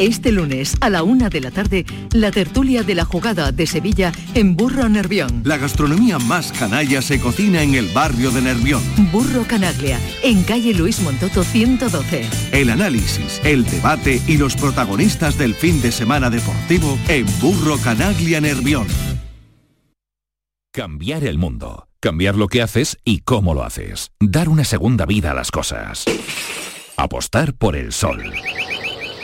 S27: Este lunes a la una de la tarde, la tertulia de la jugada de Sevilla en Burro Nervión.
S8: La gastronomía más canalla se cocina en el barrio de Nervión.
S27: Burro Canaglia, en calle Luis Montoto 112.
S8: El análisis, el debate y los protagonistas del fin de semana deportivo en Burro Canaglia Nervión.
S17: Cambiar el mundo. Cambiar lo que haces y cómo lo haces. Dar una segunda vida a las cosas. Apostar por el sol.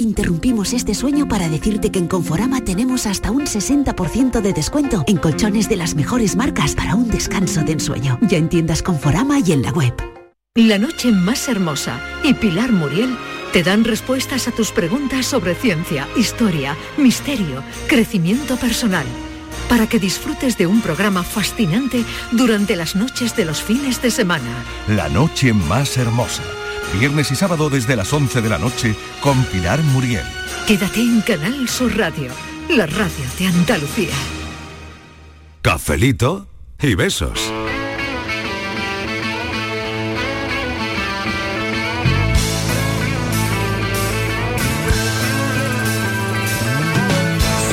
S9: Interrumpimos este sueño para decirte que en Conforama tenemos hasta un 60% de descuento en colchones de las mejores marcas para un descanso de ensueño. Ya en tiendas Conforama y en la web.
S27: La noche más hermosa y Pilar Muriel te dan respuestas a tus preguntas sobre ciencia, historia, misterio, crecimiento personal. para que disfrutes de un programa fascinante durante las noches de los fines de semana.
S8: La noche más hermosa. Viernes y sábado desde las 11 de la noche con Pilar Muriel.
S27: Quédate en Canal Sur Radio, la radio de Andalucía.
S8: Cafelito y besos.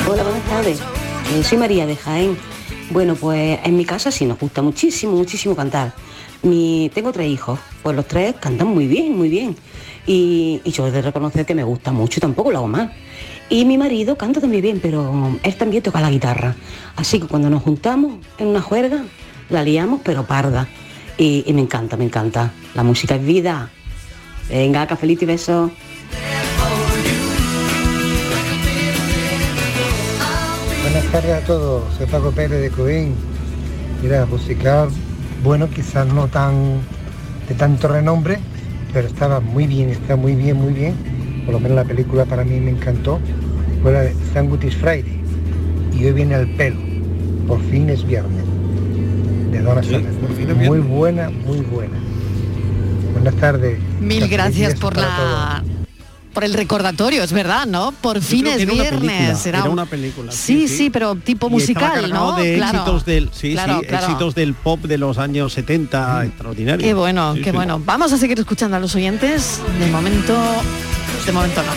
S28: Hola, buenas tardes. Eh, soy María de Jaén. Bueno, pues en mi casa sí nos gusta muchísimo, muchísimo cantar. Mi, tengo tres hijos, pues los tres cantan muy bien, muy bien. Y, y yo he de reconocer que me gusta mucho, tampoco lo hago mal. Y mi marido canta también bien, pero él también toca la guitarra. Así que cuando nos juntamos en una juerga, la liamos, pero parda. Y, y me encanta, me encanta. La música es vida. Venga, cafelito y besos.
S1: Buenas tardes a todos, soy Paco Pérez de Coín. Mira, musical, bueno, quizás no tan de tanto renombre, pero estaba muy bien, está muy bien, muy bien. Por lo menos la película para mí me encantó. Fue la de Sangutis Friday. Y hoy viene el pelo. Por fin es viernes. De Donna Summer. Muy buena, muy buena. Buenas tardes.
S15: Mil
S1: Feliz
S15: gracias
S1: día
S15: por
S1: para todos.
S15: la por el recordatorio, es verdad, ¿no? Por fin
S10: creo
S15: es
S10: que era una
S15: viernes.
S10: película,
S15: era
S10: era
S15: un-
S10: una película,
S15: Sí,
S10: sí,
S15: sí,
S10: sí.
S15: pero tipo
S10: Y estaba
S15: musical,
S10: cargado
S15: ¿no?
S10: de
S15: Claro.
S10: éxitos del sí,
S15: Claro,
S10: sí,
S15: claro. Mm.
S10: éxitos del pop de los años 70 extraordinario
S15: Qué bueno,
S10: Sí,
S15: qué
S10: sí.
S15: bueno. Vamos a seguir escuchando a los oyentes. De momento, de momento no.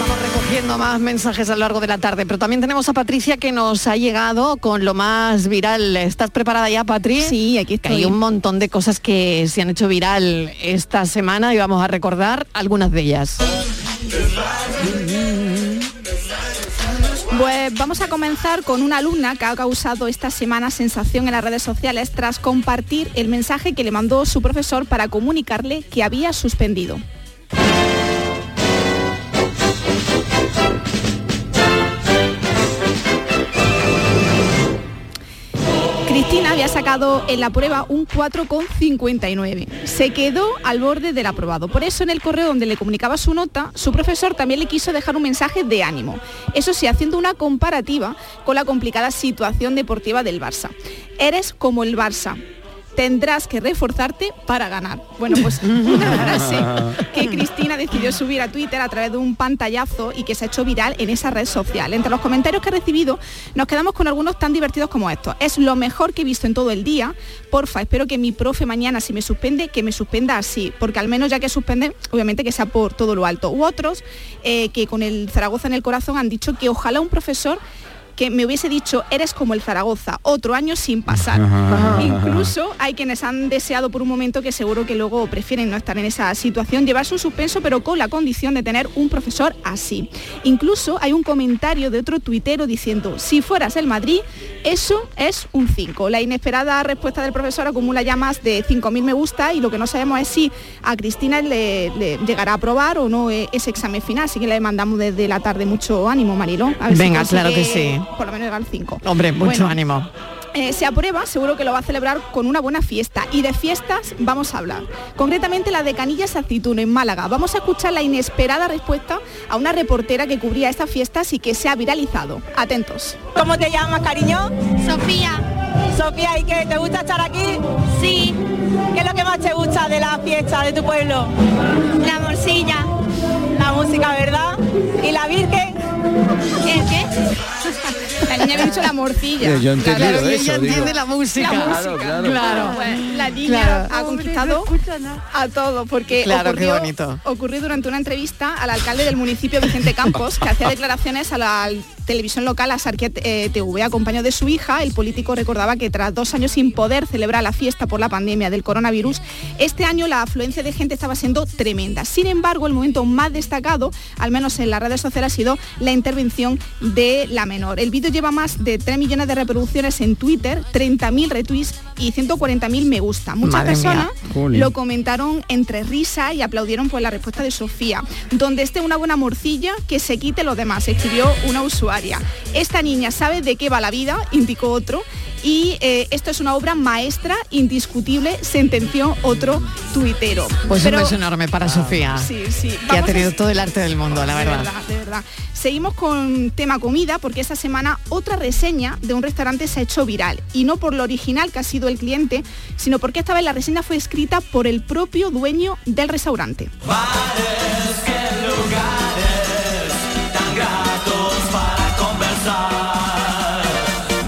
S15: Vamos recogiendo más mensajes a lo largo de la tarde, pero también tenemos a Patricia que nos ha llegado con lo más viral. ¿Estás preparada ya, Patri? Sí, aquí estoy. Hay un montón de cosas que se han hecho viral esta semana y vamos a recordar algunas de ellas.
S19: Pues vamos a comenzar con una alumna que ha causado esta semana sensación en las redes sociales tras compartir el mensaje que le mandó su profesor para comunicarle que había suspendido. Cristina había sacado en la prueba un 4,59. Se quedó al borde del aprobado. Por eso en el correo donde le comunicaba su nota, su profesor también le quiso dejar un mensaje de ánimo. Eso sí, haciendo una comparativa con la complicada situación deportiva del Barça. Eres como el Barça. Tendrás que reforzarte para ganar. Bueno, pues una frase que Cristina decidió subir a Twitter a través de un pantallazo y que se ha hecho viral en esa red social. Entre los comentarios que ha recibido, nos quedamos con algunos tan divertidos como estos. Es lo mejor que he visto en todo el día. Porfa, espero que mi profe mañana, si me suspende, que me suspenda así, porque al menos ya que suspende, obviamente que sea por todo lo alto. U otros eh, que con el Zaragoza en el corazón han dicho que ojalá un profesor que me hubiese dicho, eres como el Zaragoza, otro año sin pasar.
S21: Ajá.
S19: Incluso hay quienes han deseado por un momento que seguro que luego prefieren no estar en esa situación, llevarse un suspenso, pero con la condición de tener un profesor así. Incluso hay un comentario de otro tuitero diciendo, si fueras el Madrid, eso es un 5. La inesperada respuesta del profesor acumula ya más de 5.000 me gusta y lo que no sabemos es si a Cristina le, le llegará a aprobar o no eh, ese examen final, así que le mandamos desde la tarde mucho ánimo, Marilo. A ver si
S15: Venga, claro que
S19: consigue
S15: sí.
S19: Por lo menos llegar al 5.
S15: Hombre, mucho
S19: Bueno,
S15: ánimo.
S19: eh, se aprueba, seguro que lo va a celebrar con una buena fiesta. Y de fiestas vamos a hablar. Concretamente la de Canillas Aceituno en Málaga. Vamos a escuchar la inesperada respuesta a una reportera que cubría estas fiestas y que se ha viralizado. Atentos.
S22: ¿Cómo te llamas, cariño? Sofía. Sofía, ¿y qué? ¿Te gusta estar aquí? Sí. ¿Qué es lo que más te gusta de la fiesta de tu pueblo? La morcilla. La música, ¿verdad? ¿Y la Virgen? ¿El qué?
S19: La niña había dicho la morcilla.
S13: Yo he entendido
S15: Claro, y ella
S13: eso,
S15: entiende
S13: digo.
S15: la música.
S19: La
S15: Claro,
S19: música.
S15: claro. Claro.
S19: Pues, la niña
S15: Claro.
S19: ha conquistado a todos porque
S15: Claro, qué
S19: ocurrió,
S15: bonito.
S19: ocurrió durante una entrevista al alcalde del municipio Vicente Campos que hacía declaraciones a la televisión local a Sarquia eh, TV acompañado de su hija. El político recordaba que tras dos años sin poder celebrar la fiesta por la pandemia del coronavirus, este año la afluencia de gente estaba siendo tremenda. Sin embargo, el momento más destacado, al menos en las redes sociales, ha sido la intervención de la menor. El vídeo lleva más de 3 millones de reproducciones en Twitter, 30.000 retweets y 140.000 me gusta. Muchas
S15: Madre mía.
S19: personas
S15: Jolín.
S19: lo comentaron entre risa y aplaudieron por la respuesta de Sofía. Donde esté una buena morcilla, que se quite los demás, escribió una usuaria. Esta niña sabe de qué va la vida, indicó otro. y eh, esto es una obra maestra indiscutible, sentenció otro tuitero.
S15: Pues
S19: Pero-
S15: un beso enorme para
S19: Ah.
S15: Sofía.
S19: Sí, sí.
S15: Que ha
S19: Vamos a-
S15: tenido todo el arte del mundo, la
S19: De
S15: verdad.
S19: verdad, de verdad. Seguimos con tema comida porque esta semana otra reseña de un restaurante se ha hecho viral y no por lo original que ha sido el cliente, sino porque esta vez la reseña fue escrita por el propio dueño del restaurante.
S20: tan gratos para conversar.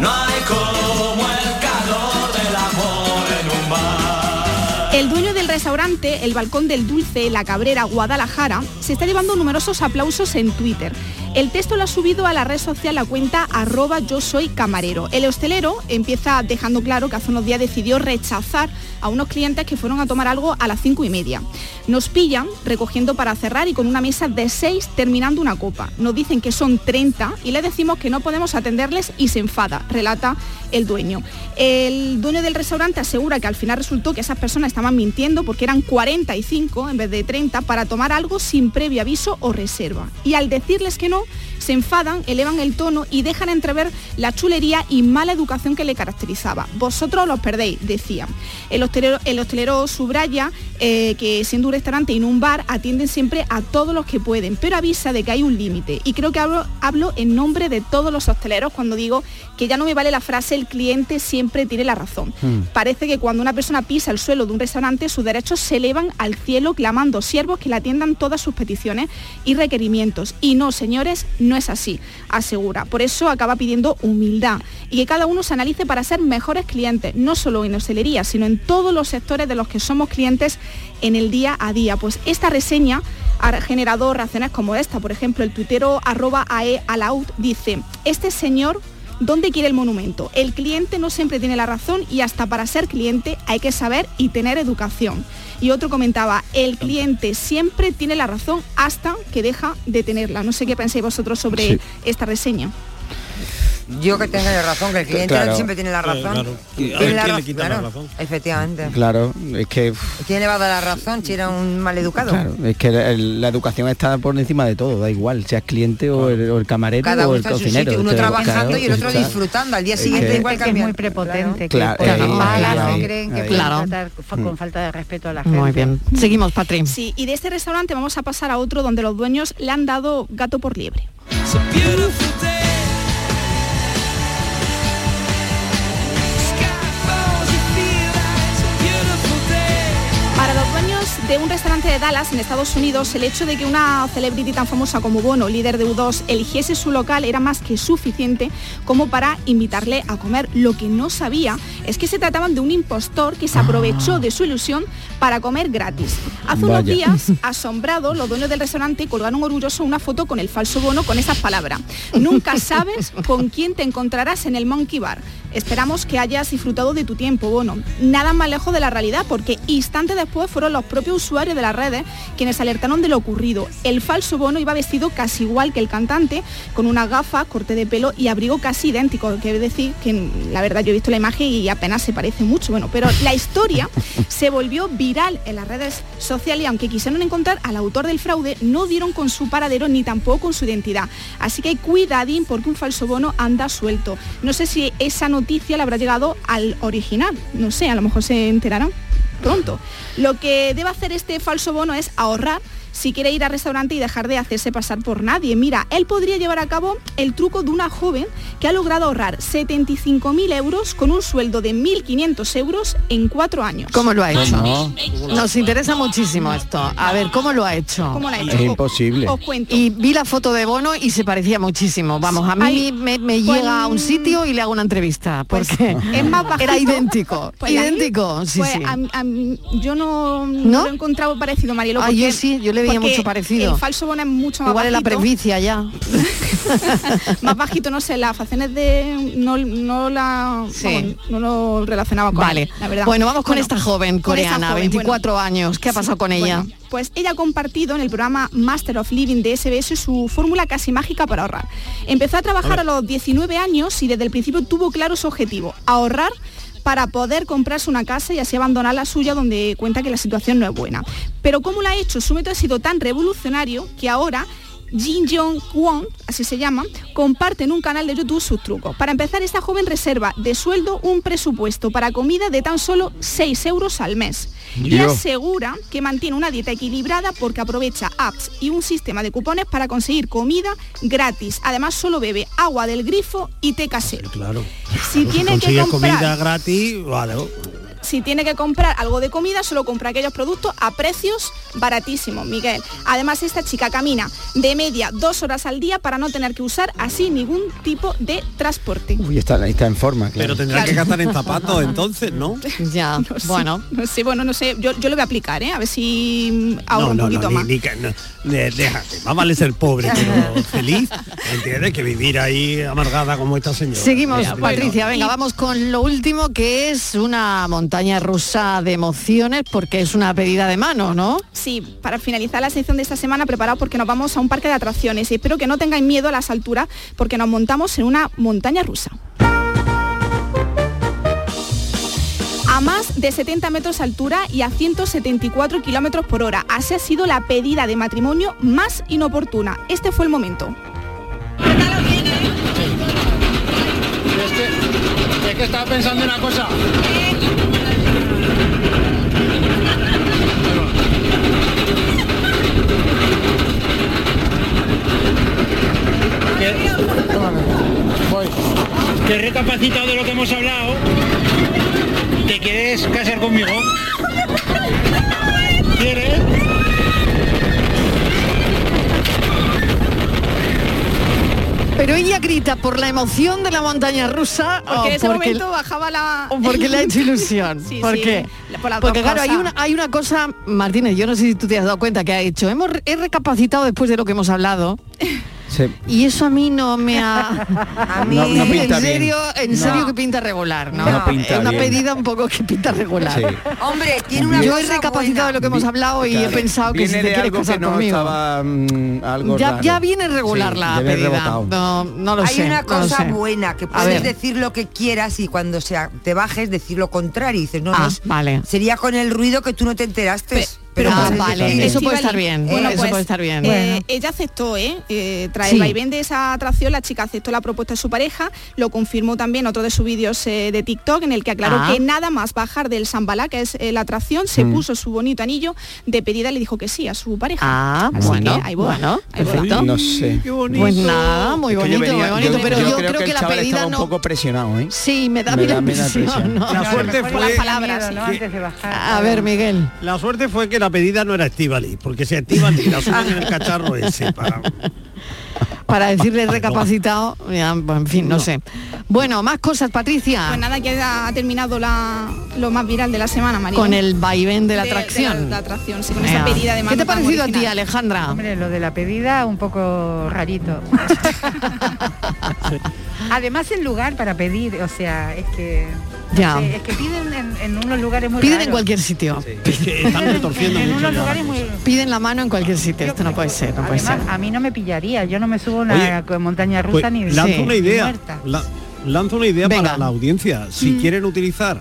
S20: No hay como el calor del amor en un bar.
S19: El dueño del restaurante, el Balcón del Dulce, La Cabrera, Guadalajara, se está llevando numerosos aplausos en Twitter. El texto lo ha subido a la red social la cuenta arroba yo soy camarero. El hostelero empieza dejando claro que hace unos días decidió rechazar a unos clientes que fueron a tomar algo a las cinco y media. Nos pillan recogiendo para cerrar y con una mesa de seis terminando una copa. Nos dicen que son 30 y le decimos que no podemos atenderles y se enfada, relata el dueño. El dueño del restaurante asegura que al final resultó que esas personas estaban mintiendo porque eran 45 en vez de 30 para tomar algo sin previo aviso o reserva. Y al decirles que no, se enfadan, elevan el tono y dejan entrever la chulería y mala educación que le caracterizaba. Vosotros los perdéis, decían. El hostelero, el hostelero subraya eh, que siendo un restaurante y no un bar, atienden siempre a todos los que pueden, pero avisa de que hay un límite. Y creo que hablo, hablo en nombre de todos los hosteleros cuando digo que ya no me vale la frase el cliente siempre tiene la razón.
S21: Hmm.
S19: Parece que cuando una persona pisa el suelo de un restaurante, sus derechos se elevan al cielo clamando siervos que le atiendan todas sus peticiones y requerimientos. Y no, señores, no es así, asegura. Por eso acaba pidiendo humildad y que cada uno se analice para ser mejores clientes, no solo en hostelería, sino en todos los sectores de los que somos clientes en el día a día. Pues esta reseña ha generado reacciones como esta. Por ejemplo, el tuitero arroba AE Alaud dice, este señor ¿Dónde quiere el monumento? El cliente no siempre tiene la razón y hasta para ser cliente hay que saber y tener educación. Y otro comentaba, el cliente siempre tiene la razón hasta que deja de tenerla. No sé qué pensáis vosotros sobre
S16: Sí.
S19: esta reseña.
S16: Yo que tengo razón, que el cliente
S4: Claro.
S16: siempre tiene la
S4: Eh,
S16: razón.
S4: claro.
S16: Tiene
S4: ¿A quién
S16: la
S4: le
S16: raz-
S4: quita la
S16: claro,
S4: razón?
S16: Efectivamente.
S4: Claro, es que uf,
S16: ¿Quién le va a dar la razón si era un maleducado?
S4: claro, es que la, la educación está por encima de todo, da igual, seas cliente o el, o el camarero
S16: Cada
S4: o
S16: uno
S4: el
S16: está en su
S4: cocinero.
S16: sitio, uno
S4: Claro,
S16: trabajando y el
S4: claro,
S16: otro
S4: está-
S16: disfrutando. Al día
S4: Es
S16: siguiente
S4: que-
S16: igual
S25: que es
S16: cambia.
S25: muy prepotente,
S4: Claro,
S15: eh,
S25: que es
S4: ahí,
S25: mala,
S4: ahí,
S25: se creen que
S4: ahí.
S25: pueden
S4: Claro.
S25: tratar fa- con falta de respeto a la gente.
S15: Muy bien. Seguimos, Patrín.
S19: Sí, y de este restaurante vamos a pasar a otro donde los dueños le han dado gato por liebre.
S20: It's a beautiful day. Sky falls, you feel that it's a beautiful day.
S19: Para los dueños de un restaurante de Dallas en Estados Unidos, el hecho de que una celebrity tan famosa como Bono, líder de U2, eligiese su local era más que suficiente como para invitarle a comer. Lo que no sabía es que se trataban de un impostor que se aprovechó de su ilusión para comer gratis. Hace unos
S23: Vaya.
S19: días Asombrados, los dueños del restaurante colgaron orgulloso una foto con el falso bono con estas palabras. Nunca sabes con quién te encontrarás en el Monkey Bar. Esperamos que hayas disfrutado de tu tiempo, bono. Nada más lejos de la realidad porque instantes después fueron los propios usuarios de las redes quienes alertaron de lo ocurrido. El falso bono iba vestido casi igual que el cantante, con una gafa, corte de pelo y abrigo casi idéntico. Quiero decir que mm, la verdad yo he visto la imagen y apenas se parece mucho. Bueno, pero la historia se volvió viral en las redes sociales y aunque quisieron encontrar al autor del fraude, no dieron con su paradero ni tampoco con su identidad. Así que cuidadín porque un falso bono anda suelto. No sé si esa noticia le habrá llegado al original, no sé, a lo mejor se enterarán pronto. Lo que debe hacer este falso bono es ahorrar si quiere ir al restaurante y dejar de hacerse pasar por nadie. Mira, él podría llevar a cabo el truco de una joven que ha logrado ahorrar 75.000 euros con un sueldo de 1.500 euros en cuatro años.
S15: ¿Cómo lo ha hecho?
S4: ¿Cómo?
S15: Nos interesa muchísimo esto. A ver, ¿cómo lo ha hecho?
S19: ¿Cómo lo ha
S4: hecho? Es imposible.
S15: Oh.
S19: Os cuento.
S15: Y vi la foto de Bono y se parecía muchísimo. Vamos, a mí
S19: Ay,
S15: me, me
S19: pues-
S15: llega a un sitio y le hago una entrevista porque
S19: es más bajito.
S15: era idéntico.
S19: Pues a mí-
S15: idéntico, sí,
S19: pues
S15: sí.
S19: a mí- a mí- yo no, no
S15: ¿No?
S19: lo he encontrado parecido, Marielo.
S15: Ah, yo
S19: porque-
S15: sí, yo le veía
S19: porque
S15: mucho parecido.
S19: El falso bono es mucho más
S15: Igual en la
S19: bajito.
S15: presbicia ya.
S19: más bajito, no sé, las facciones de... no, no la... vamos, no lo relacionaba con
S15: Vale.
S19: él, la verdad.
S15: Bueno, vamos con esta joven
S19: con esta
S15: coreana,
S19: joven,
S15: 24 años. ¿Qué ha
S19: Sí,
S15: pasado con ella?
S19: bueno, pues ella ha compartido en el programa Master of Living de SBS su fórmula casi mágica para ahorrar. Empezó a trabajar a los 19 años y desde el principio tuvo claro su objetivo, ahorrar para poder comprarse una casa y así abandonar la suya donde cuenta que la situación no es buena. Pero ¿cómo la ha hecho? Su método ha sido tan revolucionario que ahora Jin Jong Kwon, así se llama, comparte en un canal de YouTube sus trucos. Para empezar, esta joven reserva de sueldo un presupuesto para comida de tan solo 6 euros al mes. Y
S21: Yo.
S19: asegura que mantiene una dieta equilibrada porque aprovecha apps y un sistema de cupones para conseguir comida gratis. Además, solo bebe agua del grifo y té casero.
S10: Claro.
S19: Si tiene que
S10: consigues
S19: comprar-
S10: comida gratis, vale.
S19: Si tiene que comprar algo de comida, solo compra aquellos productos a precios baratísimos, Miguel. Además, esta chica camina de media dos horas al día para no tener que usar así ningún tipo de transporte.
S4: Uy, está, está en forma, claro.
S10: Pero tendrá que
S19: Claro.
S10: gastar en zapatos entonces, ¿no?
S15: Ya,
S19: bueno. No sé, bueno, no sé, yo, yo lo voy a aplicar, ¿eh? A ver si mm, ahorro
S10: no,
S19: un
S10: no,
S19: poquito
S10: no, ni-
S19: más.
S10: ni que- no, de- déjate, más vale ser pobre pero feliz, ¿entiendes? Que vivir ahí amargada como esta señora.
S15: Seguimos,
S10: Ya, bueno.
S15: Patricia. Venga, vamos con lo último, que es una montaña rusa de emociones, porque es una pedida de mano, ¿no?
S19: Sí, para finalizar la sección de esta semana, preparados porque nos vamos a un parque de atracciones. Y espero que no tengáis miedo a las alturas porque nos montamos en una montaña rusa. A más de 70 metros de altura y a 174 kilómetros por hora. Así ha sido la pedida de matrimonio más inoportuna. Este fue el momento.
S23: Es que estaba pensando una cosa. Que, voy. Que he recapacitado de lo que hemos hablado. ¿Te quieres casar conmigo? ¿Quieres?
S15: Pero ella grita por la emoción de la montaña rusa o
S19: Porque en ese
S15: Oh, porque,
S19: momento bajaba la...
S15: o porque le ha hecho ilusión.
S19: Sí,
S15: ¿Por
S19: sí,
S15: qué?
S19: por las
S15: porque
S19: dos
S15: claro, hay
S19: cosas.
S15: una, hay una cosa, Martínez, yo no sé si tú te has dado cuenta que ha hecho. Hemos, he recapacitado después de lo que hemos hablado.
S4: Sí.
S15: Y eso a mí no me ha...
S4: No- no pinta bien.
S15: en serio, en
S4: No.
S15: serio que pinta regular, ¿no?
S4: No pinta
S15: es una
S4: bien.
S15: pedida un poco que pinta regular.
S4: Sí.
S16: Hombre,
S4: tiene una
S15: Yo he
S16: cosa
S15: recapacitado de lo que hemos hablado y he
S4: Claro.
S15: pensado que
S4: Viene
S15: si te
S4: de
S15: quieres
S4: algo
S15: casar
S4: que no
S15: conmigo.
S4: estaba, mm, algo
S15: ya,
S4: raro.
S15: ya viene regular
S4: Sí,
S15: la
S4: ya viene
S15: pedida.
S4: rebotado.
S15: Ah, No, no lo
S16: Hay
S15: sé.
S16: una
S15: no lo
S16: cosa
S15: sé.
S16: buena, que
S15: A
S16: puedes
S15: ver.
S16: decir lo que quieras y cuando sea, te bajes decir lo contrario. Y dices, no, no,
S15: Ah,
S16: es-
S15: vale.
S16: sería con el ruido que tú no te enteraste.
S15: pero
S16: puedes
S15: ah,
S16: decir-
S15: vale, eso puede estar bien.
S16: Bueno,
S15: eso
S16: pues,
S15: puede estar bien.
S19: Eh, Ella aceptó, ¿eh? Eh, tras
S15: Sí.
S19: el vaivén de esa atracción, la chica aceptó la propuesta de su pareja, lo confirmó también en otro de sus vídeos eh, de TikTok, en el que aclaró
S15: Ah.
S19: que nada más bajar del Sambalá, que es eh, la atracción, se
S15: Mm.
S19: puso su bonito anillo de pedida y le dijo que sí a su pareja.
S15: Ah,
S19: Así
S15: bueno,
S19: que ahí boda,
S15: bueno,
S19: ahí boda.
S15: perfecto.
S4: No sé.
S15: Qué bonito. Pues nada, muy
S4: Es que yo
S15: bonito, muy bonito, pero yo creo que
S4: el
S15: la
S4: chaval
S15: pedida
S4: estaba
S15: no-
S4: un poco presionado, ¿eh?
S15: Sí, me da
S4: Me
S15: bien
S4: da
S15: la
S4: bien la
S15: impresión.
S4: impresión.
S15: ¿no?
S10: La suerte
S15: Por
S10: fue-
S15: las palabras,
S10: Miedo,
S15: sí.
S10: ¿no?
S15: A ver, Miguel.
S10: La suerte fue que la pedida no era Estivali, porque si a Estivali la suben en el cacharro ese para
S15: Para decirle recapacitado, ya, pues, en fin, no, sé. Bueno, más cosas, Patricia.
S19: Pues nada, que ha terminado la, lo más viral de la semana, María.
S15: Con el vaivén de la atracción.
S19: De la, atracción, sí, con
S15: Ea.
S19: esa pedida de
S15: ¿Qué
S19: mano
S15: te ha
S19: tan
S15: parecido a ti,
S19: original.
S15: Alejandra?
S25: Hombre, lo de la pedida un poco rarito. Además el lugar para pedir, o sea, es que no
S15: Ya.
S25: sé, es que piden en, en unos lugares muy
S15: Piden en
S25: raros.
S15: cualquier sitio.
S25: están retorciendo En mucho unos ya la lugares cosa.
S15: Piden la mano en cualquier sitio. Esto no puede ser, no puede ser.
S25: Además, ah, a mí no me pillaría, yo no me subo a una
S15: Oye,
S25: co- montaña rusa
S10: Pues,
S25: ni de
S10: lanzo
S25: sí.
S10: una
S25: ni
S10: idea.
S25: muerta.
S10: la- lanzo una idea
S25: Venga.
S10: para la audiencia. Si
S25: Mm.
S10: quieren utilizar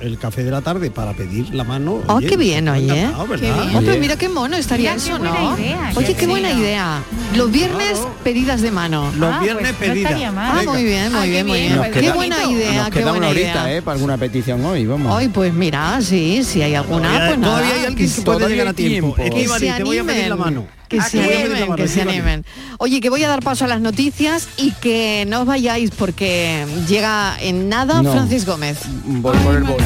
S10: el café de la tarde para pedir la mano.
S15: Oh,
S10: oye,
S15: qué bien,
S10: está
S15: oye.
S10: encantado,
S15: Qué
S10: ¿verdad?
S15: bien. Oh, pero mira qué mono estaría
S25: Mira, qué
S15: eso,
S25: buena
S15: ¿no?
S25: idea,
S15: Oye, qué
S25: Cristina.
S15: buena idea. Los viernes, pedidas de mano.
S10: Los Ah, viernes,
S15: pedidas.
S10: pues, no pedida. estaría mal.
S15: Ah,
S10: Venga.
S15: muy bien,
S10: Ah,
S15: muy
S10: qué
S15: bien, muy
S10: bien,
S15: bien.
S10: pues,
S15: Qué
S4: queda-
S15: buena idea,
S4: nos
S15: qué
S4: queda
S15: buena
S4: una horita,
S15: idea.
S4: ¿eh? Para alguna petición hoy, vamos.
S15: Hoy, pues mira, sí, si hay alguna,
S4: Todavía-
S15: pues nada.
S4: todavía hay alguien que puede llegar a tiempo.
S15: Que
S4: Estíbaliz,
S15: se
S4: te voy a pedir la
S15: animen,
S4: mano.
S15: Que
S4: Ah,
S15: se
S4: te voy a pedir la
S15: animen,
S4: mano,
S15: que se
S4: Estíbaliz.
S15: animen. Oye, que voy a dar paso a las noticias y que no os vayáis porque llega en nada
S4: No.
S15: Francis Gómez.
S4: Voy por el boli.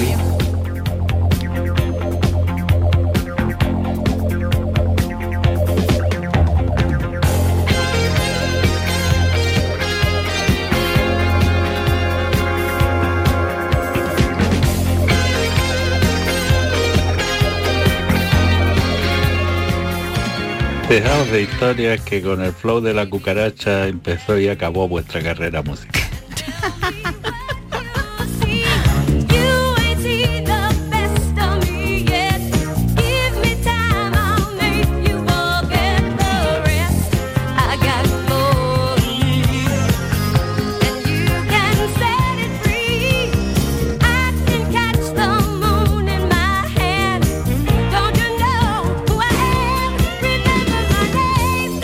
S23: Dejaos de historias que con el flow de la cucaracha empezó y acabó vuestra carrera musical.
S20: Don't you know who I am? Remember my name.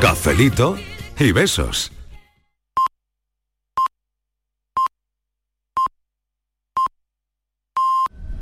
S8: cafelito y besos.